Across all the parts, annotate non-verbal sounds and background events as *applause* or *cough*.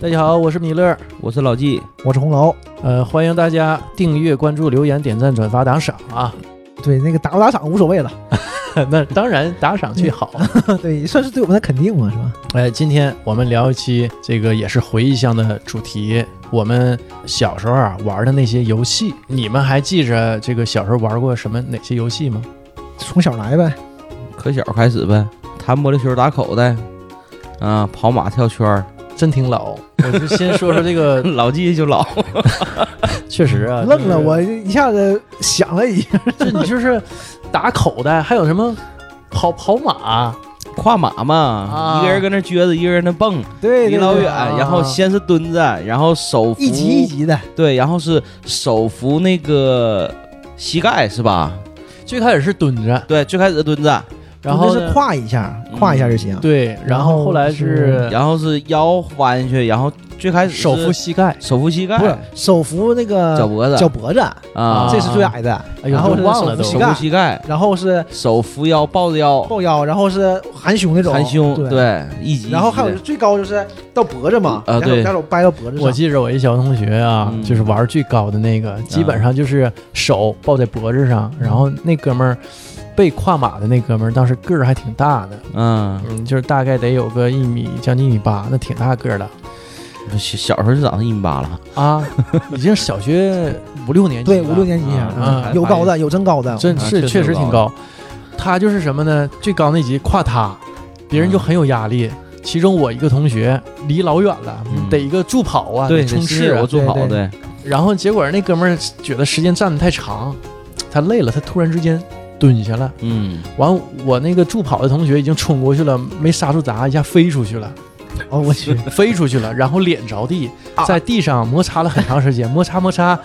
大家好，我是米勒，我是老纪，我是红楼。呃，欢迎大家订阅、关注、留言、点赞、转发、打赏 *laughs* 啊！对，那个打不打赏无所谓了， *laughs* 那当然打赏最好。对，算是对我们的肯定嘛，是吧？ *laughs* 哎，今天我们聊一期这个也是回忆向的主题，我们小时候啊玩的那些游戏，你们还记着这个小时候玩过什么哪些游戏吗？从小来呗，可小开始呗，弹玻璃球打口袋，啊，跑马跳圈儿，，真挺老，我就先说说这 *laughs* 个老纪就老，确实 *laughs* 啊，愣了，就是我一下子想了一 *laughs* 下，这你就是打口袋，还有什么跑跑马，跨马嘛，啊一个人跟那撅着，一个人那蹦，对，离对老对啊远，然后先是蹲着，然后手扶一级一级的，对，然后是手扶那个膝盖是吧？最开始是蹲着，对，最开始是蹲着，然后就是呢跨一下，嗯跨一下就行。对，然后后来是然后是腰弯下去，然后最开始是手扶膝盖，手扶膝盖不，是手扶那个脚脖子脚脖子，啊，这是最矮的。哎呦然后都是忘了手都扶膝手盖扶膝盖，然后是手扶腰抱着腰，抱腰，然后是含胸那种，含胸，对。对，一级一级的。然后还有就是最高就是到脖子嘛，啊然后对两手掰到脖子上我。记着我一小学同学啊，嗯就是玩最高的那个，基本上就是手抱在脖子上，然后那哥们儿被跨马的那哥们儿，当时个儿还挺大的，嗯，嗯，就是大概得有个一米将近一米八，那挺大个儿的小小时候就长成一米八了，啊，已经小学五六年级对，了五六年级啊啊有高的，有真高的，真是啊确确实实挺挺高高。他就是什么呢？最高那级跨他，别人就很有压力。其中我一个同学离老远了，嗯得一个助跑啊，对，得冲这刺啊我。助对跑对的，然后结果那哥们儿觉得时间站得太长，他累了，他突然之间蹲下了。嗯，完，我那个助跑的同学已经冲过去了，没刹住闸，一下飞出去了，哦，我去， *laughs* 飞出去了，然后脸着地，啊在地上摩擦了很长时间，摩擦摩擦，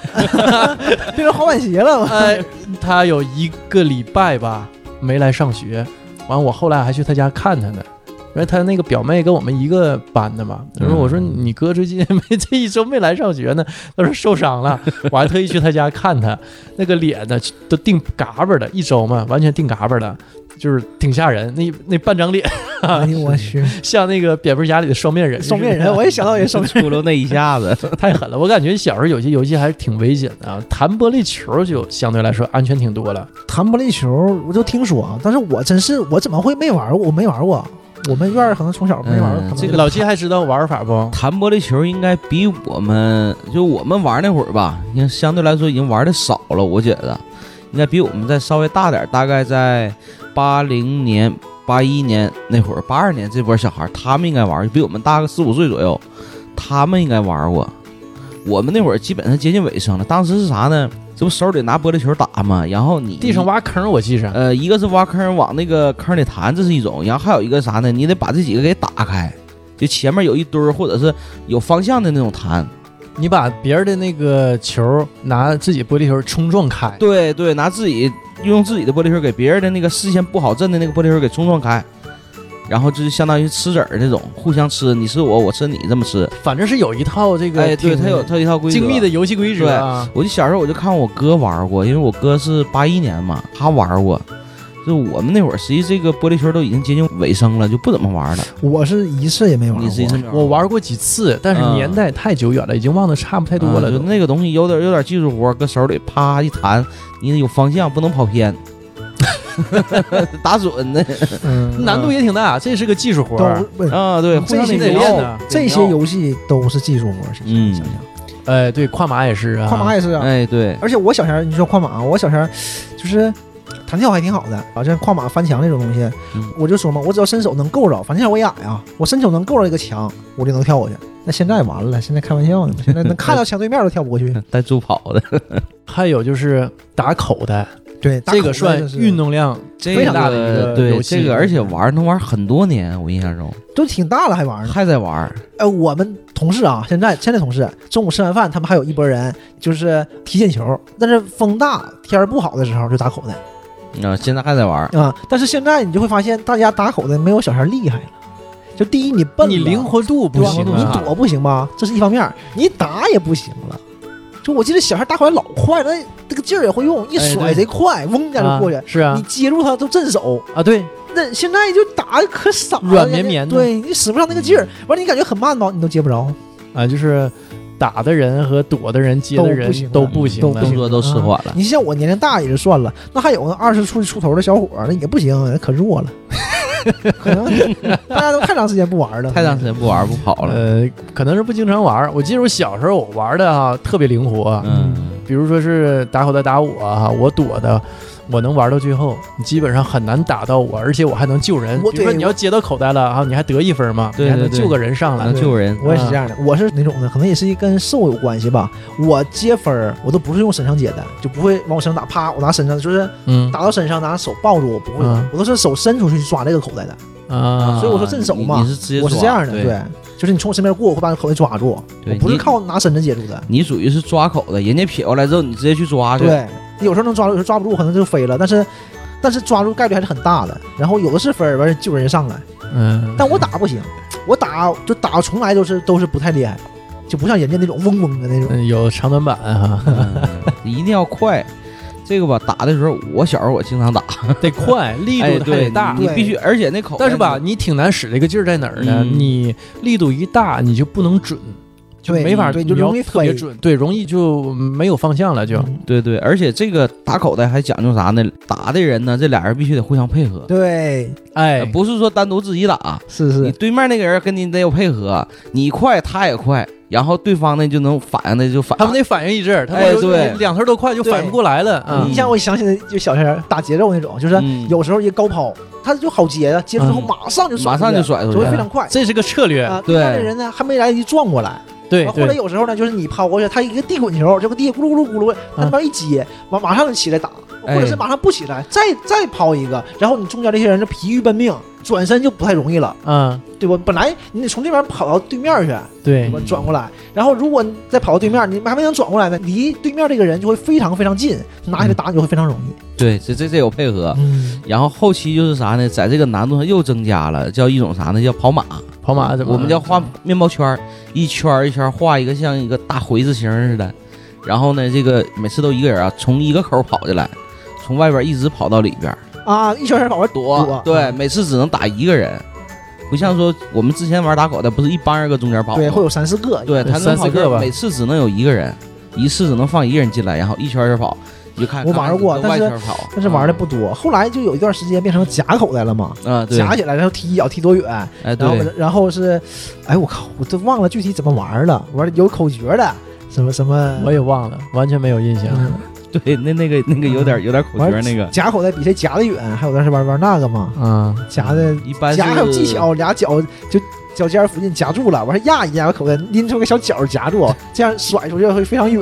变成滑板鞋了嘛？呃，他有一个礼拜吧没来上学，完我后来还去他家看他呢。因为他那个表妹跟我们一个班的嘛，我说嗯我说你哥最近没这一周没来上学呢， *laughs* 他说受伤了，我还特意去他家看他，那个脸呢都定嘎巴的，一周嘛完全定嘎巴了，就是挺吓人，那那半张脸啊哎呦我 *laughs* 去，像那个蝙蝠侠里的双面人，双面人，我也想到也双面出溜那一下子， *laughs* 太狠了。我感觉小时候有些游戏还是挺危险的啊，弹玻璃球就相对来说安全挺多了。弹玻璃球，我就听说啊，但是我真是我怎么会没玩过？我没玩过，我们院儿可能从小没玩过。嗯可能这个老季还知道玩法不？ *laughs* 弹玻璃球应该比我们就我们玩那会儿吧，应该相对来说已经玩的少了，我觉得应该比我们再稍微大点儿，大概在八零年、八一年那会儿，八二年这波小孩儿他们应该玩儿，比我们大个四五岁左右，他们应该玩过。我们那会儿基本上接近尾声了，当时是啥呢？这不手里拿玻璃球打嘛，然后你地上挖坑，我记着。呃，一个是挖坑往那个坑里弹，这是一种；然后还有一个啥呢？你得把这几个给打开，就前面有一堆儿或者是有方向的那种弹。你把别人的那个球拿自己玻璃球冲撞开，对对，拿自己用自己的玻璃球给别人的那个视线不好震的那个玻璃球给冲撞开，然后就是相当于吃籽儿这种，互相吃，你吃我，我吃你，这么吃。反正是有一套这个哎，对，挺它有它有一套规则。精密的游戏规则啊。我就小时候我就看我哥玩过，因为我哥是八一年嘛，他玩过。就我们那会儿，实际这个玻璃球都已经接近尾声了，就不怎么玩了。我是一次也没玩你实际过。上我玩过几次，但是嗯年代太久远了，已经忘得差不太多了啊就都。那个东西有点有点技术活，搁手里啪一弹，你得有方向，不能跑偏， *laughs* 打准的嗯，难度也挺大，这是个技术活儿都。不是啊，对，互嗯这相些得游练戏呢这些游戏都是技术活儿。其实嗯想想，哎，对，跨马也是啊，跨马也是啊。*laughs* 哎对，而且我小前儿，你说跨马，我小前儿就是弹跳还挺好的，啊，像跨马翻墙这种东西嗯，我就说嘛，我只要伸手能够着，反正我也矮啊，我伸手能够着一个墙，我就能跳过去。那现在完了，现在开玩笑呢，现在能看到墙对面都跳不过去。带助跑的，还有就是打口袋，对，打这口个袋算就是运动量这常大的一个游对戏这个，而且玩能玩很多年，我印象中都挺大了还玩呢。还在玩，哎，我们同事啊，现在现在同事中午吃完饭，他们还有一拨人就是踢毽球，但是风大天儿不好的时候就打口袋啊，现在还在玩，啊、但是现在你就会发现，大家打口袋没有小孩厉害了。就第一你笨，你灵活度不对吧行你啊。躲不行吧？这是一方面儿，你打也不行了。就我记得小孩打火老快了，那这个劲儿也会用，一哎甩对贼快，嗡一下就过去。啊是啊你接住他都震手，啊，对，那现在就打得可傻了，软绵绵的对你使不上那个劲儿，完了你感觉很慢吧，你都接不着。啊，就是打的人和躲的人、接的人都都不不行行了啊了都嗯动作都迟缓了。你像我年龄大也就算了，那还有那二十出出头的小伙儿，那也不行，可弱了。 *laughs* 可能大家都太长时间不玩了， *laughs* 太长时间不玩不跑了，呃，可能是不经常玩儿。我记得我小时候我玩的哈、特别灵活，啊嗯，比如说是打口袋打我哈、我躲的，我能玩到最后，你基本上很难打到我，而且我还能救人。我比如说对你要接到口袋了哈、啊你还得一分嘛，对你还对能对救个人上来能。救人，啊我也是这样的，我是哪种呢？可能也是跟瘦有关系吧。我接分儿，我都不是用身上接的，就不会往我身上打，啪，我拿身上就是嗯打到身上，拿手抱住，我不会，嗯我都是手伸出去抓这个口袋的。啊，所以我说正手嘛你你是直接抓我是这样的，对对，就是你从我身边过，我会把口袋抓住，对我不是你靠拿身子接住的。你属于是抓口的，人家撇过来之后你直接去抓去，对，有时候能抓住，有时候抓不住，可能就飞了。但是，但是抓住概率还是很大的。然后有的是分儿，完事救人上来。嗯，但我打不行，我打就打从来都是都是不太厉害，就不像人家那种嗡嗡的那种。嗯有长短板哈、嗯一定要快。这个吧，打的时候，我小时候我经常打， *laughs* 得快，力度哎，还对得大。你对必须，而且那口，但是哎吧，，你挺难使这个劲儿在哪儿呢？嗯你力度一大，你就不能准，就对没法对你就要容易特别飞准，对，容易就没有方向了就。嗯对对，而且这个打口袋还讲究啥呢？打的人呢，这俩人必须得互相配合，对，哎，不是说单独自己打，是你是，对面那个人跟你得有配合，你快他也快，然后对方呢就能反应的就反，他们得反应一阵儿，他们哎有对两头都快，就对反应不过来了啊你嗯。像我想起来就小孩打节奏那种，就是嗯有时候一高抛，他就好接啊，接住之后嗯马上就甩马上出就去啊甩出就会去非，常快。这是个策略，啊，对对面的人呢还没来得及撞过来，对然后后来对，啊有时候呢，就是你抛过去，他一个地滚球，这个地咕噜咕噜咕噜，他那边一接，马马上就起来打，哎或者是马上不起来，再再抛一个，然后你中间这些人就疲于奔命，转身就不太容易了，嗯，对吧？本来你得从这边跑到对面去，对对吧？转过来，然后如果你再跑到对面，你还没能转过来呢，离对面这个人就会非常非常近，拿起来打你就会非常容易。对，这这这有配合。嗯，然后后期就是啥呢，在这个难度上又增加了，叫一种啥呢？叫跑马，跑马怎么？我们叫画嗯面包圈儿，一圈儿一圈儿画一个像一个大回字形似的。然后呢，这个每次都一个人啊，从一个口跑进来，从外边一直跑到里边儿啊，一圈圈跑完躲躲，对，每次只能打一个人，不像说我们之前玩打狗的，不是一帮人搁中间跑吗，对，会有三四个，对，他三四个吧每次只能有一个人，一次只能放一个人进来，然后一圈儿一圈儿跑，你就看我玩过看看但你跟外圈儿跑，但是玩的不多。后来就有一段时间变成假口袋了嘛，嗯啊，对，夹起来然后踢一脚踢多远，哎然后对，然后是，哎我靠，我都忘了具体怎么玩了，玩有口诀的，什么什么，我也忘了，完全没有印象。嗯对，那那个那个有点有点口诀玩那个，夹口袋比谁夹得远，还有的是玩玩那个嘛，啊，夹的一般夹还有是技巧，俩脚就脚尖儿附近夹住了，完事压一压，把口袋拎出个小角儿夹住，这样甩出去会非常远。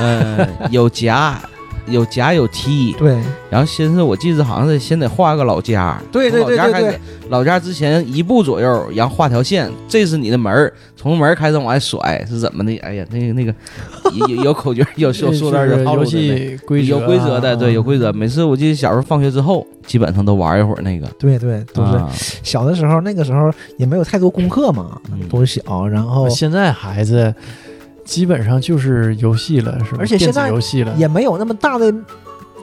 嗯，有夹，有夹有踢，对然后先是我记得好像是先得画个老家，对对从对老家对开对始，老家之前一步左右，然后画条线，这是你的门儿，从门儿开始往外甩是怎么的？哎呀，那个那个有有有口诀，有有 *laughs* 说到就是有套游路的那戏规则有啊，规则的，对，有规则。每次我记得小时候放学之后，基本上都玩一会儿那个，对对，都是啊小的时候，那个时候也没有太多功课嘛嗯，都小，然后哦现在孩子基本上就是游戏了，是吧？而且电现子在游戏了，也没有那么大的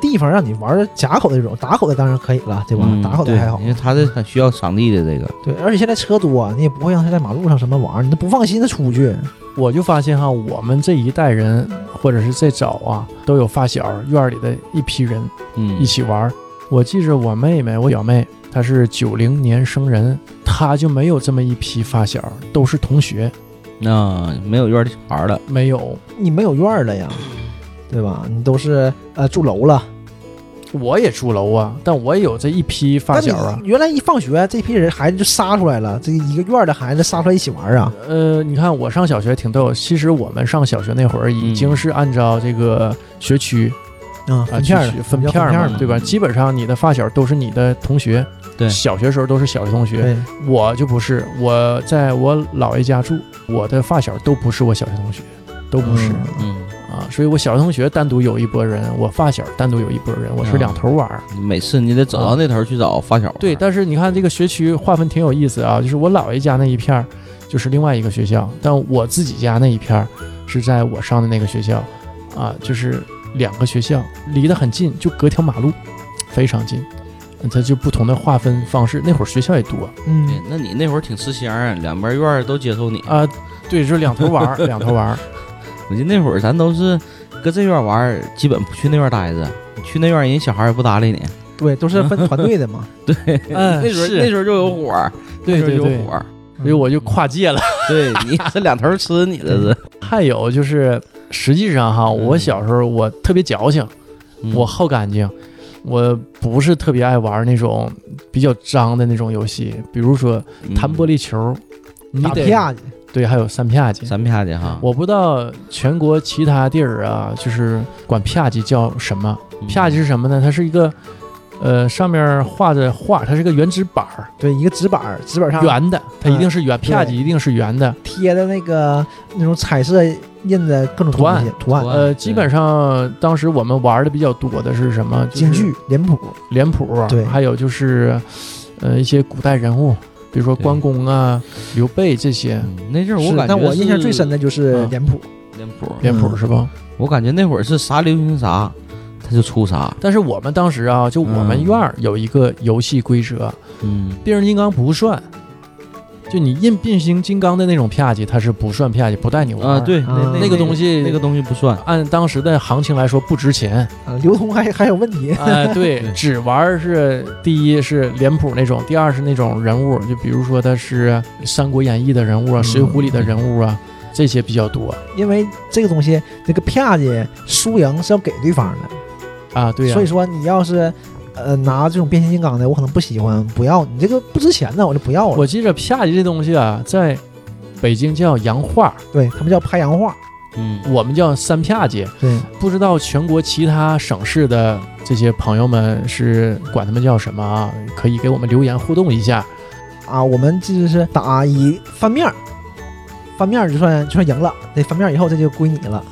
地方让你玩假口袋这种，打口袋当然可以了，对吧？嗯打口袋还好因。为他是很需要场地的这个，对，而且现在车多，啊你也不会让他在马路上什么玩儿，你都不放心他出去。我就发现哈，我们这一代人或者是再早啊，都有发小院里的一批人嗯一，起玩儿。我记着我妹妹，我表妹，她是九零年生人，她就没有这么一批发小，都是同学，那没有院儿的小孩儿了，没有。你没有院儿了呀，对吧？你都是呃住楼了，我也住楼啊，但我也有这一批发小那啊你。原来一放学，这批人孩子就杀出来了，这一个院儿的孩子杀出来一起玩儿啊。呃，你看我上小学挺逗，其实我们上小学那会儿已经是按照这个学区啊，啊嗯分片儿去的，分我们片叫儿片嘛儿嗯的对吧？基本上你的发小都是你的同学，对小学时候都是小学同学。对，我就不是，我在我姥爷家住，我的发小都不是我小学同学，都不是。嗯嗯，啊，所以我小学同学单独有一拨人，我发小单独有一拨人，我是嗯两头玩儿。每次你得走到那头儿去找发小玩儿，对，但是你看这个学区划分挺有意思啊，就是我姥爷家那一片儿就是另外一个学校，但我自己家那一片儿是在我上的那个学校，啊，就是两个学校离得很近，就隔条马路，非常近。嗯它就不同的划分方式，那会儿学校也多对嗯，那你那会儿挺吃香啊，两边院儿都接受你啊、对，就是两头玩儿，两头 *laughs* 玩儿。我记得那会儿咱都是搁这院玩儿，基本不去那院待着。你去那院人小孩也不搭理你。对，都是分团队的嘛。嗯，哎那时候是那时候就有火儿，对那时对候就有对火，儿。 *laughs* 所以我嗯就跨界了。对你 *laughs* 这两头吃，你这是。还有就是，实际上哈，我嗯小时候我特别矫情，嗯我好干净，我不是特别爱玩那种比较脏的那种游戏，比如说嗯弹玻璃球，你嗯打得啪去，对，还有三啪叽嗯，。咱啪去哈。我不知道全国其他地儿啊，就是管啪叽叫什么？嗯啪叽是什么呢？它是一个，呃，上面画着画，它是个圆纸板儿，对，一个纸板儿，纸板上圆的，它一定是圆，啪叽啊嗯对一定是圆的。贴的那个那种彩色印的各种图案东西图案图案呃，对基本上当时我们玩的比较多的是什么？京剧、脸谱，脸谱，对还有就是，呃，一些古代人物，比如说关公啊、刘备这些嗯那阵儿我是感觉，但我印象最深的就是嗯脸谱，脸谱，脸谱嗯是吧？我感觉那会儿是啥流行啥，它就出啥。但是我们当时啊，就我们嗯院儿有一个游戏规则，嗯，变形金刚不算。就你印变形金刚的那种啪叽，它是不算啪叽，不带你玩儿啊，对，啊那那个东西那个东西不算。按当时的行情来说不值 *laughs* 钱，啊，流通还还有问题。哎，对，只玩儿是第一是脸谱那种，第二是那种人物，就比如说他是《三国演义》的人物啊，嗯水浒》里的人物啊，这些比较多因为这个东西，这个啪叽输赢是要给对方的，啊，对呀、所以说你要是呃拿这种变形金刚的，我可能不喜欢，不要你这个不值钱呢，我就不要了。我记着啪叽这东西啊，在北京叫洋画，对他们叫拍洋画，嗯，我们叫三啪叽，对，不知道全国其他省市的这些朋友们是管他们叫什么啊？可以给我们留言互动一下。啊，我们这就是打一翻面儿，翻面儿就算就算赢了，这翻面儿以后这就归你了，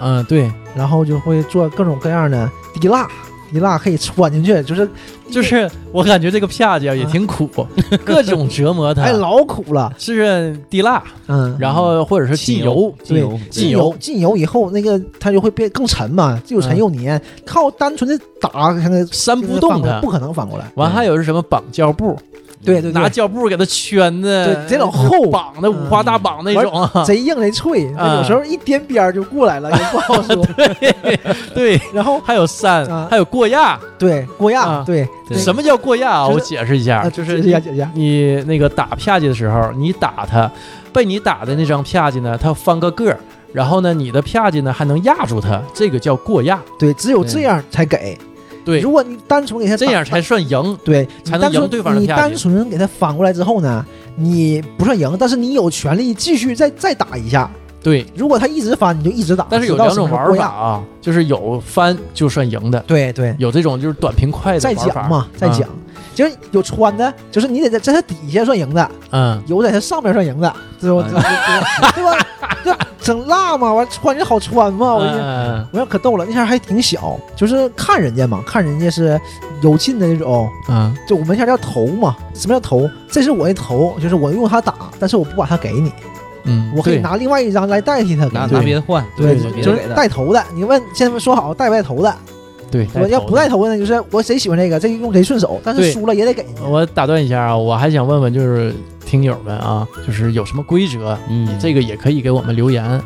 嗯，对，然后就会做各种各样的滴蜡，滴蜡可以穿进去，就是就是 *laughs* 我感觉这个啪叽啊也挺苦， *laughs* 各种折磨它。哎老苦了，是滴蜡，嗯，然后或者是汽滴油，汽油，进进油油进油以后那个它就会变更沉嘛，就有沉有粘，靠单纯的打它那扇不动它。不可能反过来。完还有是什么绑胶布，对对拿胶布给它圈的，对这种厚嗯绑的五花大绑那种啊。贼硬贼脆，那有时候一颠边儿就过来了，也不好 *laughs* 说。对，然后还有扇，啊还有过压。对郭啊亚，对对什么叫过压啊？就是我解释一下，啊就是解释一下解释一下你那个打啪叽的时候，你打它，被你打的那张啪叽呢，它翻个个儿，然后呢，你的啪叽呢还能压住它，这个叫过压。对，只有这样才给。对如果你单纯给他这样才算赢。对，才能你单纯赢对方的你下去单纯给他反过来之后呢，你不算赢，但是你有权利继续再再打一下。对，如果他一直翻，你就一直打。但是有直到两种什么时候玩郭法亚。啊，就是有翻就算赢的，对对，有这种就是短平快的再玩法啊讲嘛，再讲。就是有穿的，就是你得在在它底下算赢的，嗯，油在它上面算赢的，对吧？对 *laughs* 吧？对吧？整辣嘛，完穿着好穿嘛，我就嗯我要可逗了，那下还挺小，就是看人家嘛，看人家是有劲的那种，嗯就我们那下叫头嘛。什么叫头？这是我的头，就是我用它打，但是我不把它给你，嗯，我可以对拿另外一张来代替它给拿你。拿别的换，对对对别就的是给的。带头的。你问，先说好带不带头的。对，我要不带带头头的呢，就是我谁喜欢这个，这个用谁顺手，但对哦是输了也得给。的。我打断一下啊，我还想问问，就是听友们啊，就是有什么规则？嗯，这个也可以给我们留言。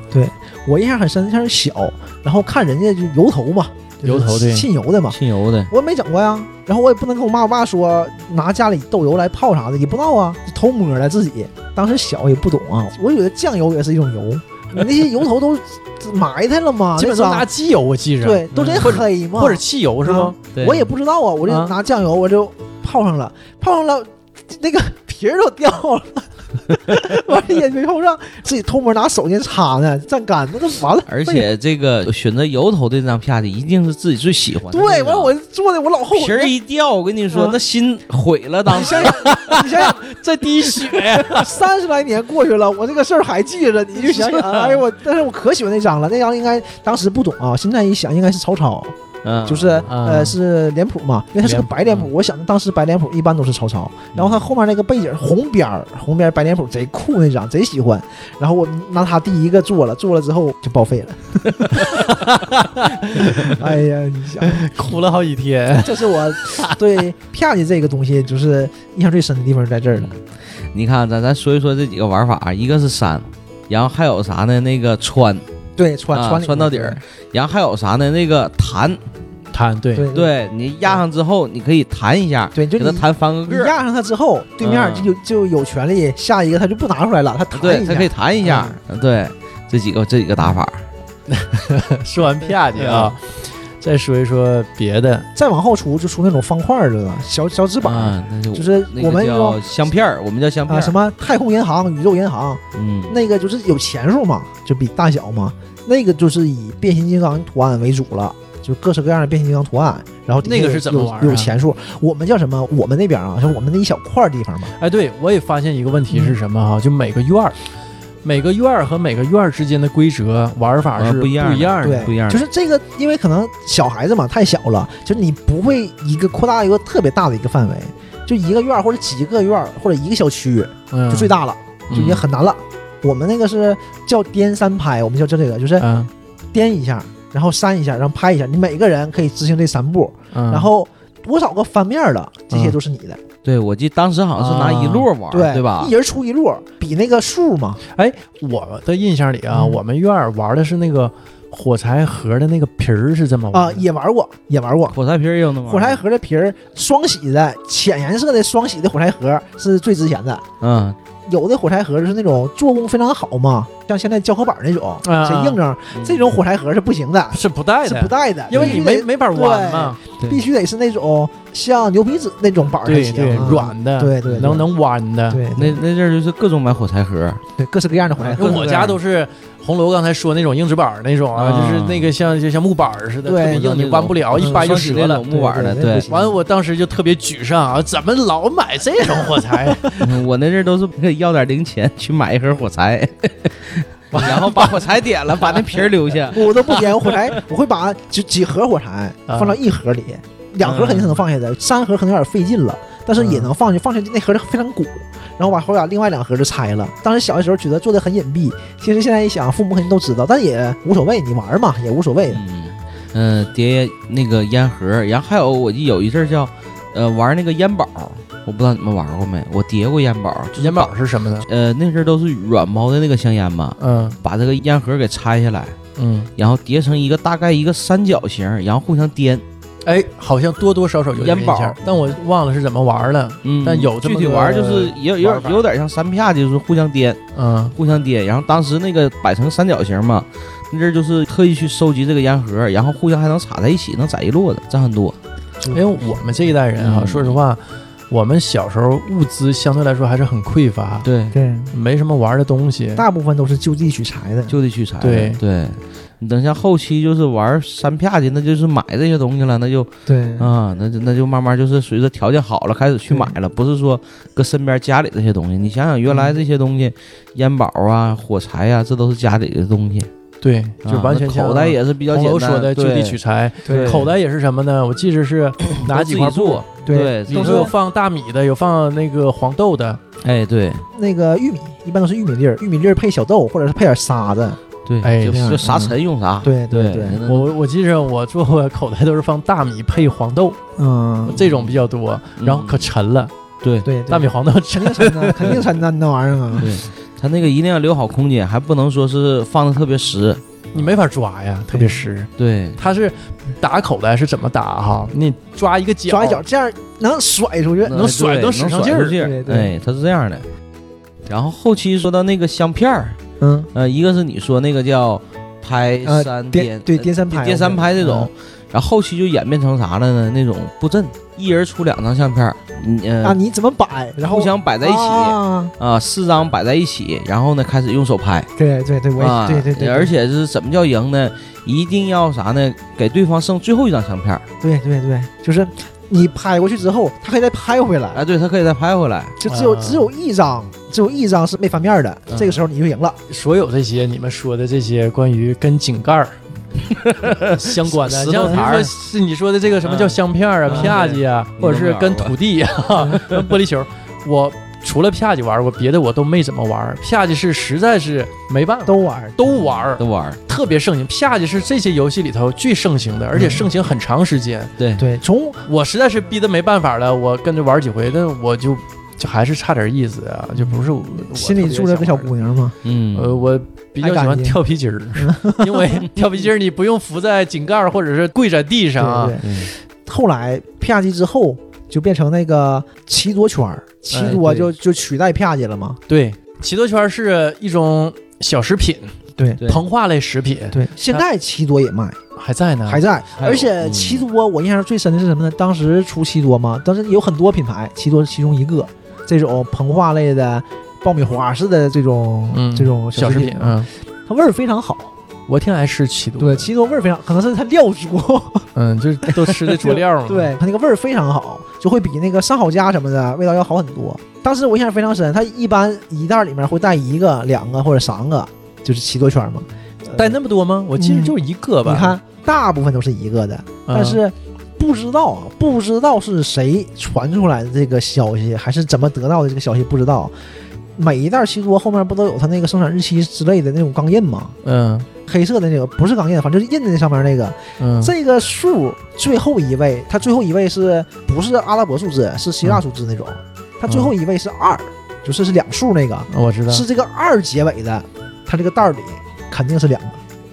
我印象很深，像是小，然后看人家就油头嘛，就是油头对浸油的嘛，浸油的，我没整过呀。然后我也不能跟我妈我爸说拿家里豆油来泡啥的，也不知道啊，就偷摸的自己。当时小也不懂啊，我觉得酱油也是一种油，你那些油头都埋汰了嘛， *laughs* 基本那都张拿机油，我记着，对，都真嗯或者黑嘛，或者汽油是吗？对我也不知道啊，我啊就拿酱油我就泡上了，泡上了， *laughs* 那个皮儿都掉了。 *laughs* 完了也没泡上，自己偷摸拿手巾擦呢，蘸干那都完了。而且这个选择油头这张啪叽，一定是自己最喜欢的那张。对，完了我做的我老后悔皮儿了。一掉，我跟你说啊，那心毁了。当你 *laughs* 时想想，你想想，在滴血，三十来年过去了，我这个事儿还记着，你就想想，哎呦我，但是我可喜欢那张了，那张应该当时不懂啊，现在一想应该是曹操，嗯，就是啊呃是脸谱嘛，因为它是个脸谱白脸谱，我想当时白脸谱一般都是曹操，嗯然后它后面那个背景红边儿，红边儿白脸谱贼酷那张，贼喜欢，然后我拿它第一个做了，做了之后就报废了， *laughs* 哎呀，你想， *laughs* 哭了好几天。 *laughs* 这是 *laughs* 我对啪叽这个东西嗯就是印象最深的地方在这儿了，你看，咱咱说一说这几个玩法啊，一个是扇，然后还有啥呢？那个穿，对，穿啊穿里穿面到底儿，然后还有啥呢？那个弹，弹对对对对你压上之后，你可以弹一下，对，就给它你弹翻个你个儿，嗯压上它之后，对面就有就有权利下一个，他就不拿出来了，他弹对，一它下嗯可以，弹一下，嗯对，这几个这几个打法， *laughs* 说完啪叽啊，嗯再说一说别的，再往后出就出那种方块儿的了，小小纸板儿，啊，那就就是那我个们说叫香片儿，我们叫香片啊儿，什么太空银行、宇宙银行，嗯，那个就是有钱数嘛，就比大小嘛，那个就是以变形金刚图案为主了。就各式各样的变形金刚图案，然后底下那个有是怎么玩啊有有钱数，我们叫什么？我们那边啊，像我们那一小块儿地方嘛，哎，对我也发现一个问题嗯是什么哈、就每个院儿，每个院儿和每个院儿之间的规则玩法啊是不一样的不一样的。对，不一样的就是这个，因为可能小孩子嘛太小了，就是你不会一个扩大一个特别大的一个范围，就一个院儿或者几个院儿或者一个小区嗯，就最大了，嗯就也很难了。我们那个是叫颠三拍，我们叫这个就是嗯颠一下，然后扇一下，然后拍一下，你每个人可以执行这三步，嗯，然后多少个翻面了，这些都是你的，对我记得当时好像是拿一摞玩儿，啊对对吧一？人出一摞，比那个数嘛，我的印象里啊，嗯我们院儿玩的是那个火柴盒的那个皮儿是这么玩啊、的也玩过，也玩过。火柴皮儿也嗯有那玩意儿火柴，盒的皮儿，双喜的浅颜色的双喜的火柴盒是最值钱的，嗯，有的火柴盒就是那种做工非常好嘛，像现在胶合板那种，啊这硬整，这种火柴盒是不行的，是不带是的，不带的，因为你必须没得没法玩嘛，对必须得是那种像牛皮纸那种板儿才对行对，啊，软的，对对对能能弯的。对那对那阵儿就是各种买火柴盒，对各式各样的火柴因盒，为我家都是红楼刚才说那种硬纸板儿那种啊，啊就是那个像就像木板儿似的，特对别哎硬，你弯不嗯了，一掰就折了。木板儿的，对对对对不，行完，我当时就特别沮丧啊，怎么老买这种火 *laughs* 柴？嗯我那阵儿都是可以要点零钱去买一盒火柴， *laughs* 然后把火柴点了，把那皮儿留下。 *laughs* 我都不点火柴，我会把就几盒火柴啊放到一盒里，两盒肯定是能放下的，三盒可能有点费劲了，但是也能放下，放下那盒非常鼓，然后把后把另外两盒就拆了。当时小的时候觉得做的很隐蔽，其实现在一想，父母肯定都知道，但也无所谓，你玩嘛也无所谓。嗯嗯，叠那个烟盒，然后还有我记得有一阵儿叫，呃，玩那个烟宝，我不知道你们玩过没？我叠过烟宝，就是烟把宝是什么呢？呃，那阵儿都是软包的那个香烟嘛，嗯把这个烟盒给拆下来，嗯，然后叠成一个大概一个三角形，然后互相颠。哎，好像多多少少有点烟宝印象但我忘了是怎么玩了。嗯，但有这么具体个玩儿就是有有玩法点有点像三啪，就是互相颠，嗯互相颠。然后当时那个摆成三角形嘛，那阵儿就是特意去收集这个烟盒，然后互相还能插在一起，能攒一摞的，这很多。因为我们这一代人啊，嗯说实话，我们小时候物资相对来说还是很匮乏，对，对，没什么玩的东西。大部分都是就地取材的。就地取材。对对，你等像后期就是玩三啪去，那就是买这些东西了，那就对嗯 *laughs* 啊，那就那就慢慢就是随着条件好了开始去买了，不是说搁身边家里这些东西。你想想原嗯来这些东西，烟宝啊、火柴啊，这都是家里的东西，对，啊就完全那像口袋也是比较红简楼单。说的就地对取材，对口袋也是什么呢？我记着 *clears throat* 是拿几块都自己布做，对，里都头是有放大米的，有放那个黄豆的，哎对那个玉米一般都是玉米粒儿，玉米粒儿配小豆，或者是配点沙子。对，哎就这样就啥嗯沉用啥。对对对，那我我记着我做过口袋都是放大米配黄豆，嗯，这种比较多，然后可沉了，嗯对对大米黄豆沉肯定沉呐，肯定沉呐，你那玩意儿啊。对，它那个一定要留好空间，还不能说是放的特别实。你没法抓呀，特别实。对，它是打口袋是怎么打哈？你抓一个角，抓一脚，这样能甩出去。能甩嗯哎对能使上甩劲出儿对对哎，它是这样的。然后后期说到那个香片儿，嗯，呃，一个是你说那个叫拍呃三颠颠，对颠三拍，嗯颠三拍这种，然后后期就演变成啥了呢？那种布阵，一人出两张相片儿，你嗯啊，呃，你怎么摆，然后互相摆在一起啊啊，四张摆在一起，然后呢开始用手拍对对对，我啊，也对对对，而且是怎么叫赢呢？一定要啥呢？给对方剩最后一张相片儿，对对对，就是你拍过去之后，他可以再拍回来，哎，对他可以再拍回来，就只有啊只有一张，只有一张是没翻面的，嗯这个时候你就赢了。所有这些你们说的这些关于跟井盖 *laughs* 儿相关的，石头像比台如儿说是你说的这个什么嗯叫香片儿啊、嗯啪叽啊，对或者是跟你都没玩过土地啊、跟玻璃球，我除了啪叽玩过，别的我都没怎么玩。啪叽是实在是没办法，都玩，都玩儿都玩儿。特别盛行。啪叽是这些游戏里头最盛行的，而嗯且盛行很长时间。对，对，从我实在是逼得没办法了，我跟着玩几回，但我就就还是差点意思啊，就不是我心里住着个小姑娘。娘嘛，嗯，呃，我比较喜欢跳皮筋儿， *laughs* 因为跳皮筋儿你不用扶在井盖儿或者是跪在地对上啊不，对？后来啪叽之后就变成那个棋多圈儿，棋多哎对就就取代啪叽了嘛。对，奇多圈儿是一种小食品，对对膨化类食品，对，现在棋多也卖，啊还在呢，还在。还有而且嗯棋多我印象最深的是什么呢？当时出棋多嘛，当时有很多品牌，棋多是其中一个。这种膨化类的爆米花似的这种、嗯这种小食食品，嗯，它味儿非常好。我挺爱吃奇多，对，，棋多味儿非常，可能是它料足。嗯，就是都吃的佐料嘛， *laughs* 对，它那个味儿非常好，就会比那个上好佳什么的味道要好很多。当时我印象非常深，它一般一袋里面会带一个、两个或者三个，就是奇多圈嘛。呃带那么多吗？我记得就一个吧，嗯你看，大部分都是一个的，嗯，但是不知道啊，不知道是谁传出来的这个消息，还是怎么得到的这个消息，不知道。每一袋奇多后面不都有它那个生产日期之类的那种钢印吗？嗯黑色的那个不是钢印，反正就是印在那上面那个。嗯，这个数最后一位，它最后一位是不是阿拉伯数字？是希腊数字那种。它最后一位是二、就是是两数那个，我知道，是这个二结尾的，它这个袋儿里肯定是两个，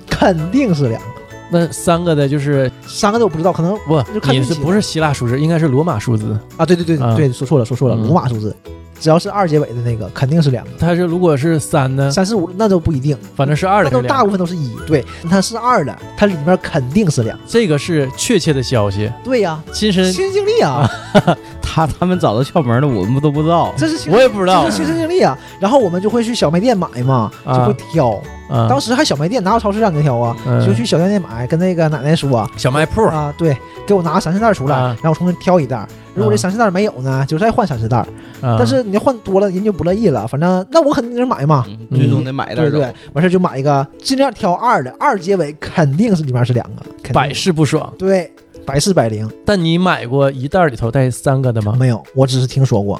肯定是两个，那三个的就是三个的我不知道，可能不就，看你运是气不是希腊数字？应该是罗马数字。啊，对对对、啊对，说错了说错了，嗯罗马数字，只要是二结尾的那个肯定是两个，它是如果是三呢，三四五那都不一定，嗯反正是二那的是都大两个。部分都是一，对，它是二的，它里面肯定是两个，这个是确切的消息，对呀、亲身亲身经历啊，嗯他他们找到窍门了，我们都不知道。这是亲我也不知道这是亲身经历啊。然后我们就会去小卖店买嘛，就啊会挑。啊。当时还小卖店，哪有超市让你挑啊？嗯就去小卖店买，跟那个奶奶说小卖铺，啊，对，给我拿个三四袋出来，啊嗯然后我从这挑一袋。如果这三四袋没有呢，就再换三四袋。但嗯但是你换多了，人就不乐意了。反正那我肯定是买嘛，嗯最终得买点对儿不对走。？完事儿就买一个，尽量挑二的，二结尾肯定是里面是两个，肯定百试不爽。对。百试百灵但你买过一袋里头带三个的吗？没有，我只是听说过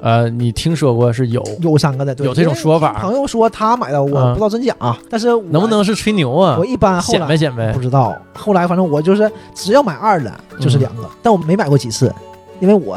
呃，你听说过是有，有三个的，对有这种说法因为朋友说他买的，我嗯不知道真假啊，但是我能不能是吹牛啊我？一般后显摆来显摆不。知道，后来反正我就是只要买二的，嗯就是两个，但我没买过几次，因为我，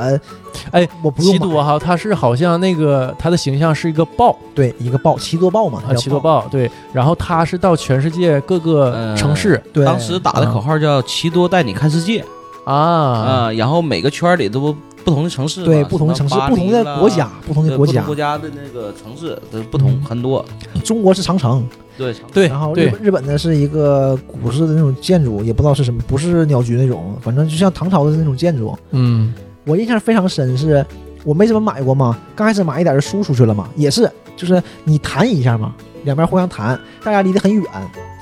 哎，我不用奇买，多哈，它是好像那个它的形象是一个豹对，一个豹，奇多豹嘛，啊，叫奇多，豹对，然后它是到全世界各个呃城市对，当时打的口号叫“奇多带你看世界”啊，啊，然后每个圈儿里都不不同的城市嘛，对不同的城市、不同的国家、不同什的么国巴黎啦，对家不同，国家的那个城市都不同嗯很多。中国是长城，对，对然后日对本，日本的是一个古式的那种建筑，也不知道是什么，不是鸟居那种，反正就像唐朝的那种建筑。嗯我印象非常深是，我没怎么买过嘛，刚开始买一点就输出去了嘛，也是，就是你弹一下嘛，两边互相弹，大家离得很远，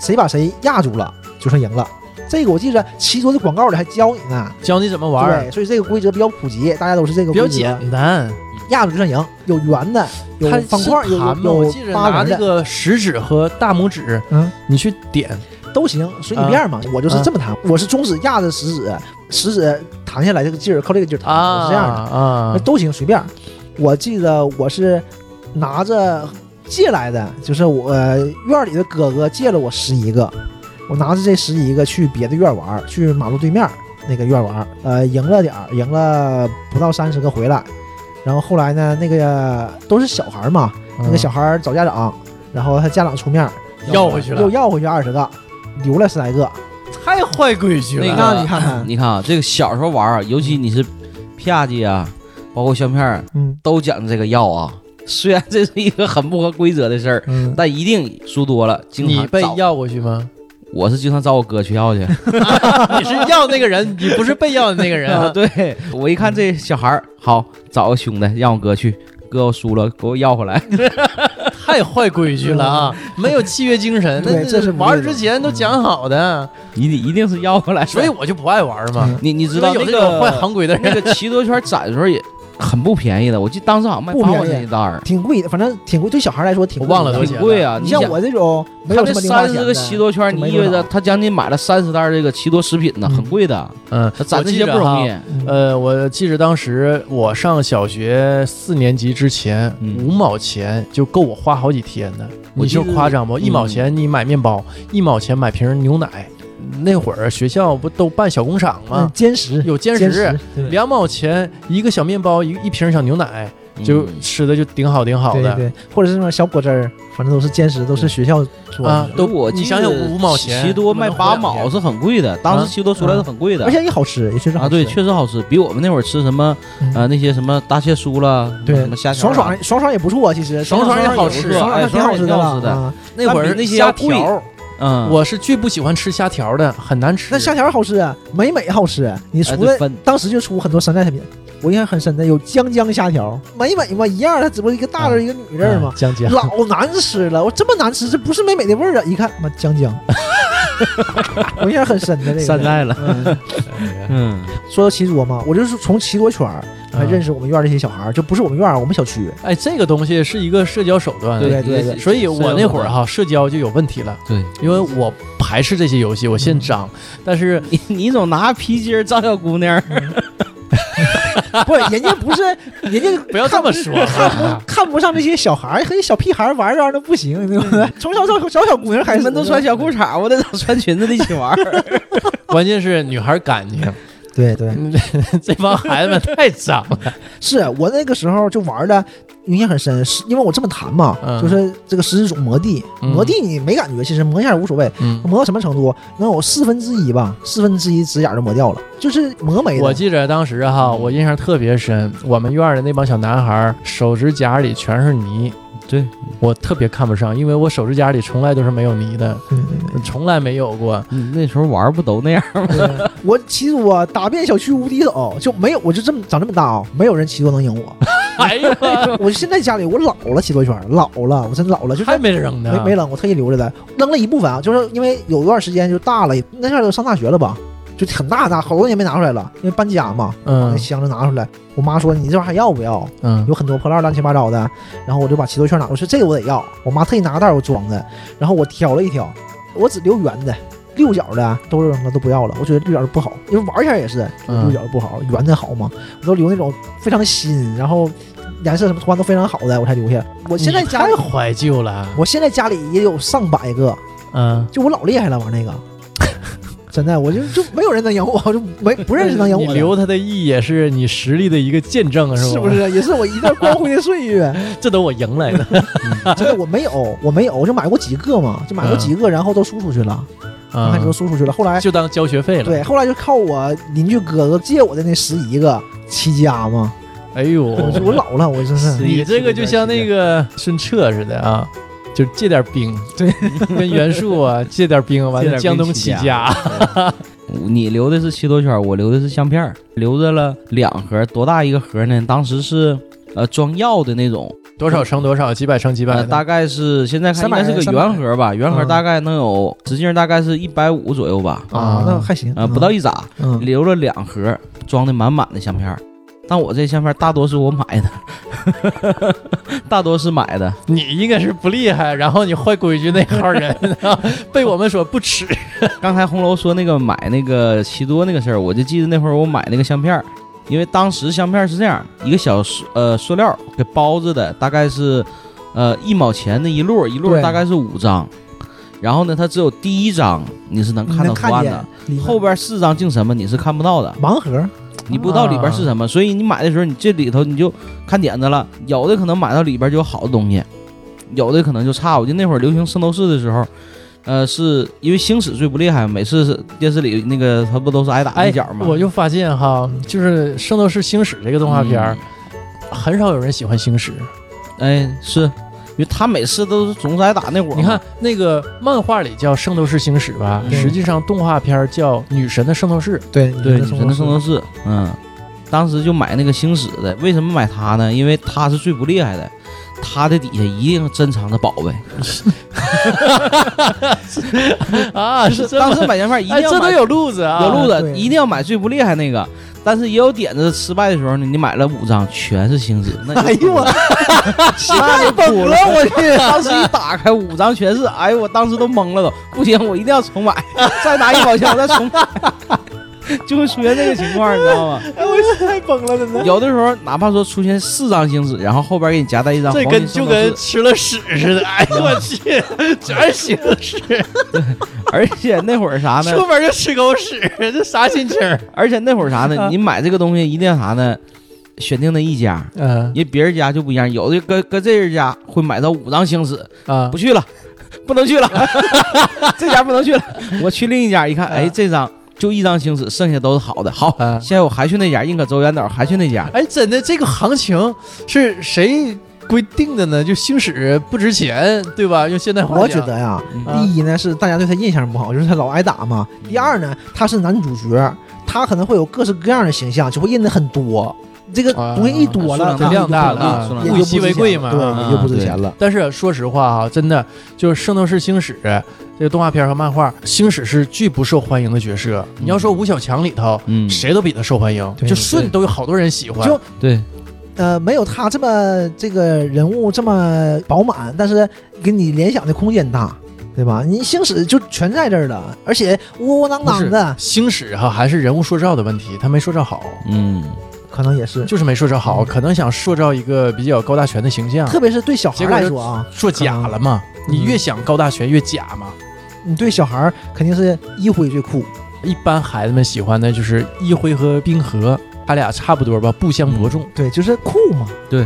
谁把谁压住了就算赢了。这个我记着，奇多的广告里还教你呢，教你怎么玩儿对，，所以这个规则比较普及，大家都是这个比规较则，简单。压住就算赢，有圆的，有它方块，是有盘嘛有我有记着八拿圆那的。个食指和大拇指，嗯，你去点，都行，随啊你便嘛。我就是这么弹，我是中指压着食指，食指弹下来这个劲儿，靠这个劲儿弹，啊，我是这样的，那啊，都行，随便。我记得我是拿着借来的，就是我呃院里的哥哥借了我十一个，我拿着这十一个去别的院玩儿，去马路对面儿那个院玩儿，呃，赢了点儿，赢了不到三十个回来。然后后来呢，那个都是小孩儿嘛，嗯那个小孩儿找家长，然后他家长出面儿要回去了又要回去二十个，留了十来个。嗯太坏规矩了。那个那你看看你看啊，这个小时候玩啊，尤其你是啪叽啊，包括香片儿嗯都讲这个要啊。 *laughs* 虽然这是一个很不合规则的事儿，嗯，但一定输多了，经常你被找要过去吗？我是经常找我哥去要 *laughs* 去。 *laughs* 你是要那个人，你不是被要的那个人 *laughs* 啊，啊。对我一看这小孩儿，好，找个兄弟让我哥去，哥我输了，给我要回来。太坏规矩了啊！没有契约精神，那对这是不对的玩儿之前都讲好的，你得一定是要回来。所以我就不爱玩儿嘛。你你知道因为嗯那有这种坏个行规的那人，个奇多圈展的时候也很不便宜的，我记得当时好像卖不八便宜块钱一袋儿，挺贵的，反正挺贵，对小孩来说挺贵的。我忘了多少挺贵啊。你像想我这种没他有这什么零花三钱十的个奇多圈，就你没意味多着少他将近买了三十袋儿这个奇多食品呢，嗯很贵的。嗯他，攒我这记些着不容哈。易。嗯呃，我记着当时我上小学四年级之前，嗯五毛钱就够我花好几天的。我你记得就夸张不？嗯一毛钱你买面包，一毛钱买瓶牛奶。那会儿学校不都办小工厂吗嗯？坚实有兼坚职，对两毛钱一个小面包，一一瓶小牛奶，就嗯吃的就顶好顶好对的。对，或者是那种小果汁儿，反正都是坚实，都是学校做的。啊都我你记想想得五毛奇钱奇多能卖活八两毛天是很贵的，当啊时奇多出来是很贵的而，且也好吃，也确实好吃。啊，对，确实好吃，比我们那会儿吃什么嗯呃那些什么大蟹酥啦，对什么虾条爽啊爽爽爽也不错，其实爽爽也好吃爽爽哎还挺好吃的爽爽也挺了好吃的啊那会但儿比那些虾要贵条儿，嗯，我是最不喜欢吃虾条的，很难吃。那虾条好吃，美美好吃。你哎除对了分当时就出很多山寨产品，我印象很深的有江江虾条，美美嘛一样，它只不过一个大字儿一个女字儿嘛嗯， *laughs* 江江，老难吃了。我这么难吃，这不是美美的味儿啊！一看妈江江，我印象很深的这个。山寨了，嗯嗯，说到奇多嘛，我就是从奇多圈儿来认识。识我们院儿这些小孩儿，就不是我们院儿，我们小区。哎，这个东西是一个社交手段。对对对所以我那啊会儿，哈、社交就有问题了，对，因为我排斥这些游戏，我嗯现张。但是 *laughs* 你你总拿皮筋儿照小姑娘儿，不是，人家不是，人家不要这么说看不看不上这些小孩儿和一小屁孩儿玩玩的不行，对不对？从小找找小姑娘开 *laughs* 始，你们都穿小裤衩儿，我得找穿裙子的一起玩儿。关键是女孩感情， *laughs* 对对，这帮孩子们太脏了。是我那个时候就玩的印象很深，是因为我这么弹嘛，嗯就是这个十字种魔地，嗯魔地你没感觉，其实磨一下也无所谓，嗯，磨到什么程度，能有四分之一吧，四分之一指甲就磨掉了，就是磨没嗯我了。记着当时哈，我印象特别深，我们院儿的那帮小男孩儿手指甲里全是泥，嗯对我特别看不上，因为我手指甲里从来都是没有泥的，从来没有 *laughs* 过。 *laughs* 嗯那时候玩儿不都那样儿？对我其实我打遍小区无敌手，就没有，我就这么长这么大啊、没有人骑多能 *laughs* 赢我。哎呀，我现在家里我老了骑多圈，老了，我真老了，就是还没扔呢，没没扔，我特意留着的，扔了一部分啊，就是因为有段时间就大了，那阵儿都上大学了吧，就很大很大，好多年没拿出来了，因为搬家嘛，把那嗯箱子拿出来，我妈说你这玩意儿还要不要？嗯有很多破烂乱七八糟的，然后我就把骑多圈拿，我说这个我得要，我妈特意拿个袋儿给我装的，然后我挑了一挑，我只留圆的。六角的都扔了，都不要了。我觉得六角的不好，因为玩一下也是，觉得嗯六角的不好，圆的好嘛。我都留那种非常新，然后颜色什么图案都非常好的，我才留下。我现在你家里太怀旧了，我现在家里也有上百个，嗯，就我老厉害了玩那个， *laughs* 真的，我就就没有人能赢我，就没不认识能赢我你的，留它的意义也是你实力的一个见 *laughs* 证，是吧？是不？是？也是我一段光辉的岁月， *laughs* 这都我赢来的真的我没有，我没有，我就买过几个嘛，就买过几嗯个，然后都输出去了，啊开始，都输出去了，后来就当交学费了。对，，后来就靠我邻居哥哥借我的那十一个起家嘛，哎呦，我就我老了，我真是是你这个就像那个孙策似的啊，就借点兵，对，跟袁术啊借点兵，完借了点兵江东起起家家，你留的是七多圈儿，我留的是相片儿，留着了两盒，多大一个盒呢？当时是呃装药的那种，多少乘多少，几百乘几百呃的，大概是现在看应该是个300圆盒吧，圆盒嗯大概能有直径大概是一百五左右吧，啊，那还行呃不到一扎，嗯，留了两盒，装的满满的相片儿。但我这相片大多是我买的， *laughs* 大多是买的。你应该是不厉害，然后你坏规矩那号人啊被我们所不 *laughs* 耻。刚才红楼说那个买那个奇多那个事儿，我就记得那会儿我买那个相片儿，因为当时相片儿是这样，一个小塑呃塑料给包着的，大概是呃一毛钱的一摞，一摞对大概是五张。然后呢，它只有第一张你是能你看到能图看案见的，后边四张净什么你是看不到的，盲盒，你不知道里边是什啊么，所以你买的时候你这里头你就看点子了，有的可能买到里边就有好的东西，有的可能就差。我记得那会儿流行圣斗士的时候。呃，是因为星矢最不厉害，每次是电视里那个他不都是挨打一哎脚吗？，我就发现哈，就是《圣斗士星矢》这个动画片儿，很少有人喜欢星矢。嗯，哎，是因为他每次都是总是挨打那会儿嘛。你看那个漫画里叫《圣斗士星矢》吧，嗯实际上动画片儿叫《女神的圣斗士》。对对，女神的圣斗士，嗯，当时就买那个星矢的，为什么买它呢？因为它是最不厉害的，它的底下一定珍藏着宝贝。 *laughs* 啊，是这当么时买相片一定哎，要这买都有路子啊，有路啊子，对一定要买最不厉害那个。但是也有点子失败的时候呢，你买了五张全是星矢，那哎 *laughs* 呦我，太崩了，我去！ *laughs* 当时一打开五张全是，哎呦我当时都懵了都，不行，我一定要重买，再拿一毛钱我再重买， *laughs* 就会出现这个情况，你知道吗？哎我太崩了， *laughs* 真的。有的时候哪怕说出现四张星矢，然后后边给你夹带一张这黄跟金就圣斗跟士，吃了屎似的， *laughs* 哎呦我去，全是星矢，而且那会儿啥 *laughs* 呢？出门就吃狗屎，这啥心情？ *laughs* 而且那会儿啥呢？你买这个东西一定要啥呢？选定那一家，嗯人别人家就不一样，有的搁搁这人家会买到五张星矢，啊不，去了， *laughs* 不能去了，啊这家不能去 *laughs* 了，我去另一家一看，啊哎，这张就一张星矢，剩下都是好的，好，啊现在我还去那家，宁可走远点儿，还去那家，哎，真的，这个行情是谁规定的呢？就星矢不值钱，对吧？用现代话我觉讲得呀，啊第一呢是大家对他印象不好，就是他老挨打嘛。第二呢，他是男主角，他可能会有各式各样的形象，就会印的很多。这个啊东西一多数了，量这他大量大了啊了数量，也大物以就不稀值为钱贵了嘛。对，也就不值啊钱了。但是说实话啊，真的就是《圣斗士星矢》这个动画片和漫画，星矢是巨不受欢迎的角色。你要说吴小强里头，嗯，谁都比他受欢迎，对就舜都有好多人喜欢。就对，呃，没有他这么这个人物这么饱满，但是给你联想的空间大，对吧？你星矢就全在这儿了，而且窝窝囊不是囊的，星矢哈，还是人物塑造的问题，他没塑造好，嗯，可能也是，就是没塑造好，可能想塑造一个比较高大全的形象，特别是对小孩结儿果来就说啊，做假了嘛。嗯你越想高大全越假嘛。你对小孩儿肯定是一辉最酷，一般孩子们喜欢的就是一辉和冰河，他俩差不多吧，不相伯仲。对，就是酷嘛。对，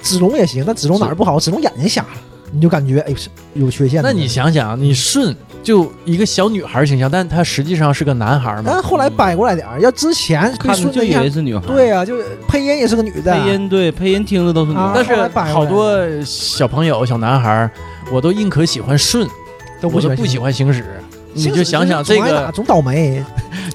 子龙也行，但子龙哪儿不好？子龙眼睛瞎了，你就感觉哎是有缺陷的。那你想，想想，你舜就一个小女孩形象，但他实际上是个男孩嘛。但后来掰过来点儿，要之前对看着顺就那以为样，是女孩，对啊，就是配音也是个女的，配音对配音听着都是女啊孩但，后来是摆回来好多小朋友、小男孩儿，我都宁可喜欢舜，都我都不喜喜欢。欢星矢。你星就矢想想总这挨打个，总倒霉，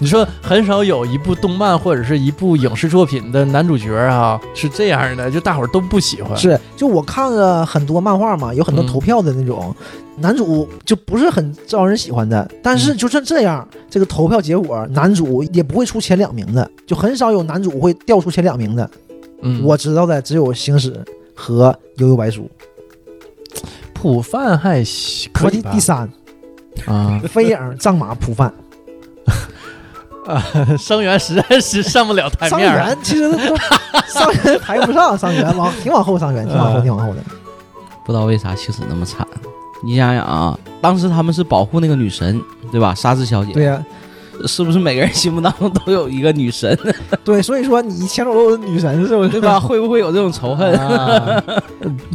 你说很少有一部动漫或者是一部影视作品的男主角啊是这样的，就大伙儿都不喜欢。是就我看了很多漫画嘛，有很多嗯投票的那种，男主就不是很招人喜欢的，但是就算这样，这个投票结果男主也不会出前两名的，就很少有男主会掉出前两名的。嗯，我知道的只有星矢和悠悠白书，普范还行可我以第吧 *laughs* 第三，啊， *laughs* 飞影战马普饭。伤员实在是上不了台伤面 *laughs* 儿啊。员其实都伤员排不上，伤员往挺往后，伤员挺往后，嗯挺往后的。不知道为啥星矢那么惨。你想想啊，当时他们是保护那个女神，对吧？沙织小姐，对呀、是不是每个人心目当中都有一个女神， *laughs* 对，所以说你抢走了我的女神是不对是？吧？会不会有这种仇恨？啊，